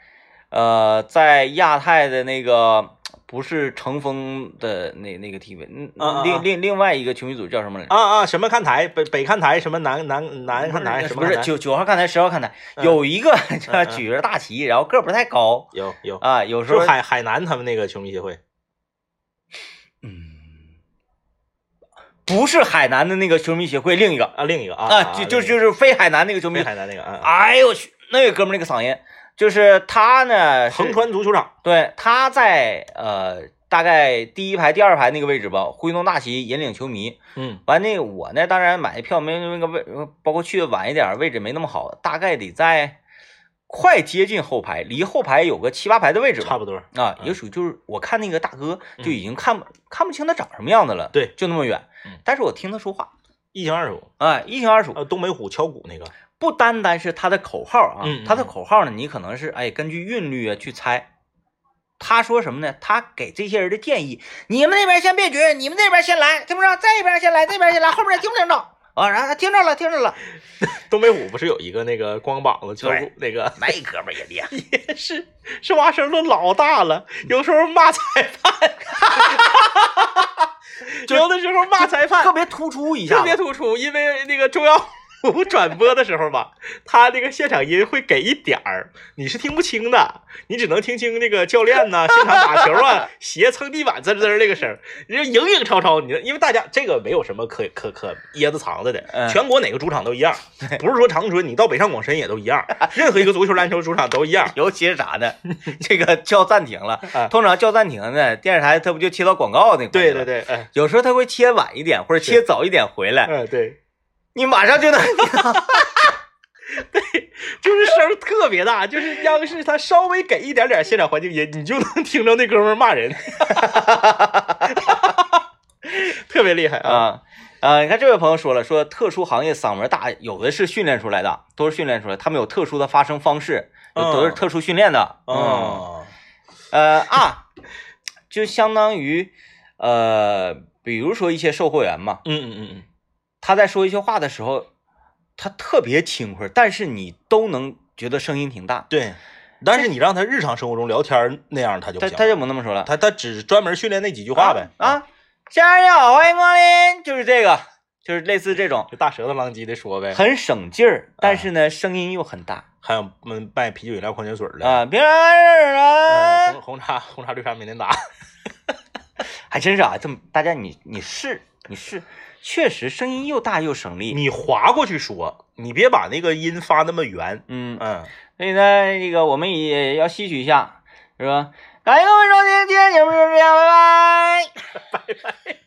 Speaker 1: 呃，在亚太的那个不是乘风的那那个 TV，嗯
Speaker 2: 啊啊啊
Speaker 1: 另另另外一个球迷组叫什么来着？
Speaker 2: 啊啊，什么看台，北北看台，什么南南南看台，啊什么
Speaker 1: 不是
Speaker 2: 看台
Speaker 1: 九九号看台、十号看台，
Speaker 2: 嗯
Speaker 1: 有一个
Speaker 2: 嗯
Speaker 1: 举着大旗，然后个儿不太高
Speaker 2: 有有，
Speaker 1: 啊，有时
Speaker 2: 是
Speaker 1: 候
Speaker 2: 海海南他们那个球迷协会
Speaker 1: 嗯，不是海南的那个球迷协会，另一个
Speaker 2: 啊，另一个啊
Speaker 1: 啊，就就
Speaker 2: 另
Speaker 1: 就
Speaker 2: 一个
Speaker 1: 是非海南那个球迷
Speaker 2: 北，海南那个啊，啊
Speaker 1: 哎呦我去，那个哥们儿那个嗓音，就是他呢，啊是
Speaker 2: 横穿足球场，
Speaker 1: 对，他在呃大概第一排、第二排那个位置吧，挥动大旗引领球迷。
Speaker 2: 嗯
Speaker 1: 完那我呢，当然买的票没那个位，呃包括去的晚一点，位置没那么好，大概得在快接近后排，离后排有个七八排的位置吧。
Speaker 2: 差不多，
Speaker 1: 啊，
Speaker 2: 嗯
Speaker 1: 也属于就是我看那个大哥就已经看不、看不清他长什么样子了，
Speaker 2: 对，
Speaker 1: 就那么远
Speaker 2: 嗯。
Speaker 1: 但是我听他说话，
Speaker 2: 一清二楚。
Speaker 1: 啊，一清二楚。
Speaker 2: 呃，东北虎敲鼓那个，
Speaker 1: 不单单是他的口号啊，
Speaker 2: 嗯嗯
Speaker 1: 他的口号呢，你可能是哎根据韵律啊去猜。他说什么呢？他给这些人的建议：你们那边先别举，你们那边先来，听不着？这边先来，这边先来，后面听不听着？啊，然后听着了，听着了。
Speaker 2: 东北虎不是有一个那个光膀子敲鼓
Speaker 1: 对
Speaker 2: 那个，
Speaker 1: 那哥们儿也厉害，
Speaker 2: 也是是哇声都老大了，有时候骂裁判，有的时候骂裁判
Speaker 1: <laughs> 特，别突出一下子，
Speaker 2: 特别突出，因为那个中央五转播的时候吧，他那个现场音会给一点儿，你是听不清的，你只能听清那个教练呐、现场打球啊、鞋蹭地板滋滋儿那个声儿，你就影影绰绰。你因为大家这个没有什么可可可掖着藏着的，
Speaker 1: 嗯
Speaker 2: 全国哪个主场都一样，不是说长春，你到北上广深也都一样，任何一个足球篮球主场都一样。
Speaker 1: 尤其是啥呢？这个叫暂停了
Speaker 2: 啊，
Speaker 1: 通常叫暂停呢，电视台它不就切到广告那块？
Speaker 2: 对 <laughs> 对，对，哎，
Speaker 1: 有时候他会切晚一点，或者切早一点回来，
Speaker 2: 嗯，对。
Speaker 1: 你马上就能
Speaker 2: <laughs> 就是声儿特别大，就是央视它稍微给一点点现场环境音，你就能听着那哥们儿 <laughs> 骂人，特别厉害啊！
Speaker 1: 啊啊！你看这位朋友说了，说特殊行业嗓门大，有的是训练出来的，都是训练出来，他们有特殊的发声方式，有都是特殊训练的。嗯，
Speaker 2: 哦，
Speaker 1: 呃啊，就相当于呃，比如说一些售货员嘛，
Speaker 2: 嗯嗯嗯嗯，
Speaker 1: 他在说一些话的时候，他特别轻快，但是你都能觉得声音挺大。
Speaker 2: 对。但是你让他日常生活中聊天儿那样，他就不
Speaker 1: 他
Speaker 2: 行
Speaker 1: 他就不那么说了，
Speaker 2: 他他只专门训练那几句话呗
Speaker 1: 啊，啊先生你好，欢迎光临，就是这个，就是类似这种，
Speaker 2: 就大舌头浪叽的说呗，
Speaker 1: 很省劲儿，但是
Speaker 2: 啊
Speaker 1: 呢，声音又很大。
Speaker 2: 还有嗯卖啤酒饮料哎矿泉水的，
Speaker 1: 啊，别人
Speaker 2: 嗯
Speaker 1: 啊，
Speaker 2: <laughs> 红红茶红茶绿茶没人打，
Speaker 1: 还真是啊，这么大家你你试你试，确实声音又大又省力。
Speaker 2: 你划过去说，你别把那个音发那么圆。
Speaker 1: 嗯，
Speaker 2: 嗯，
Speaker 1: 所以呢，这个我们也要吸取一下，是吧？感谢各位收听，今天节目就是这样，拜拜。
Speaker 2: 拜拜。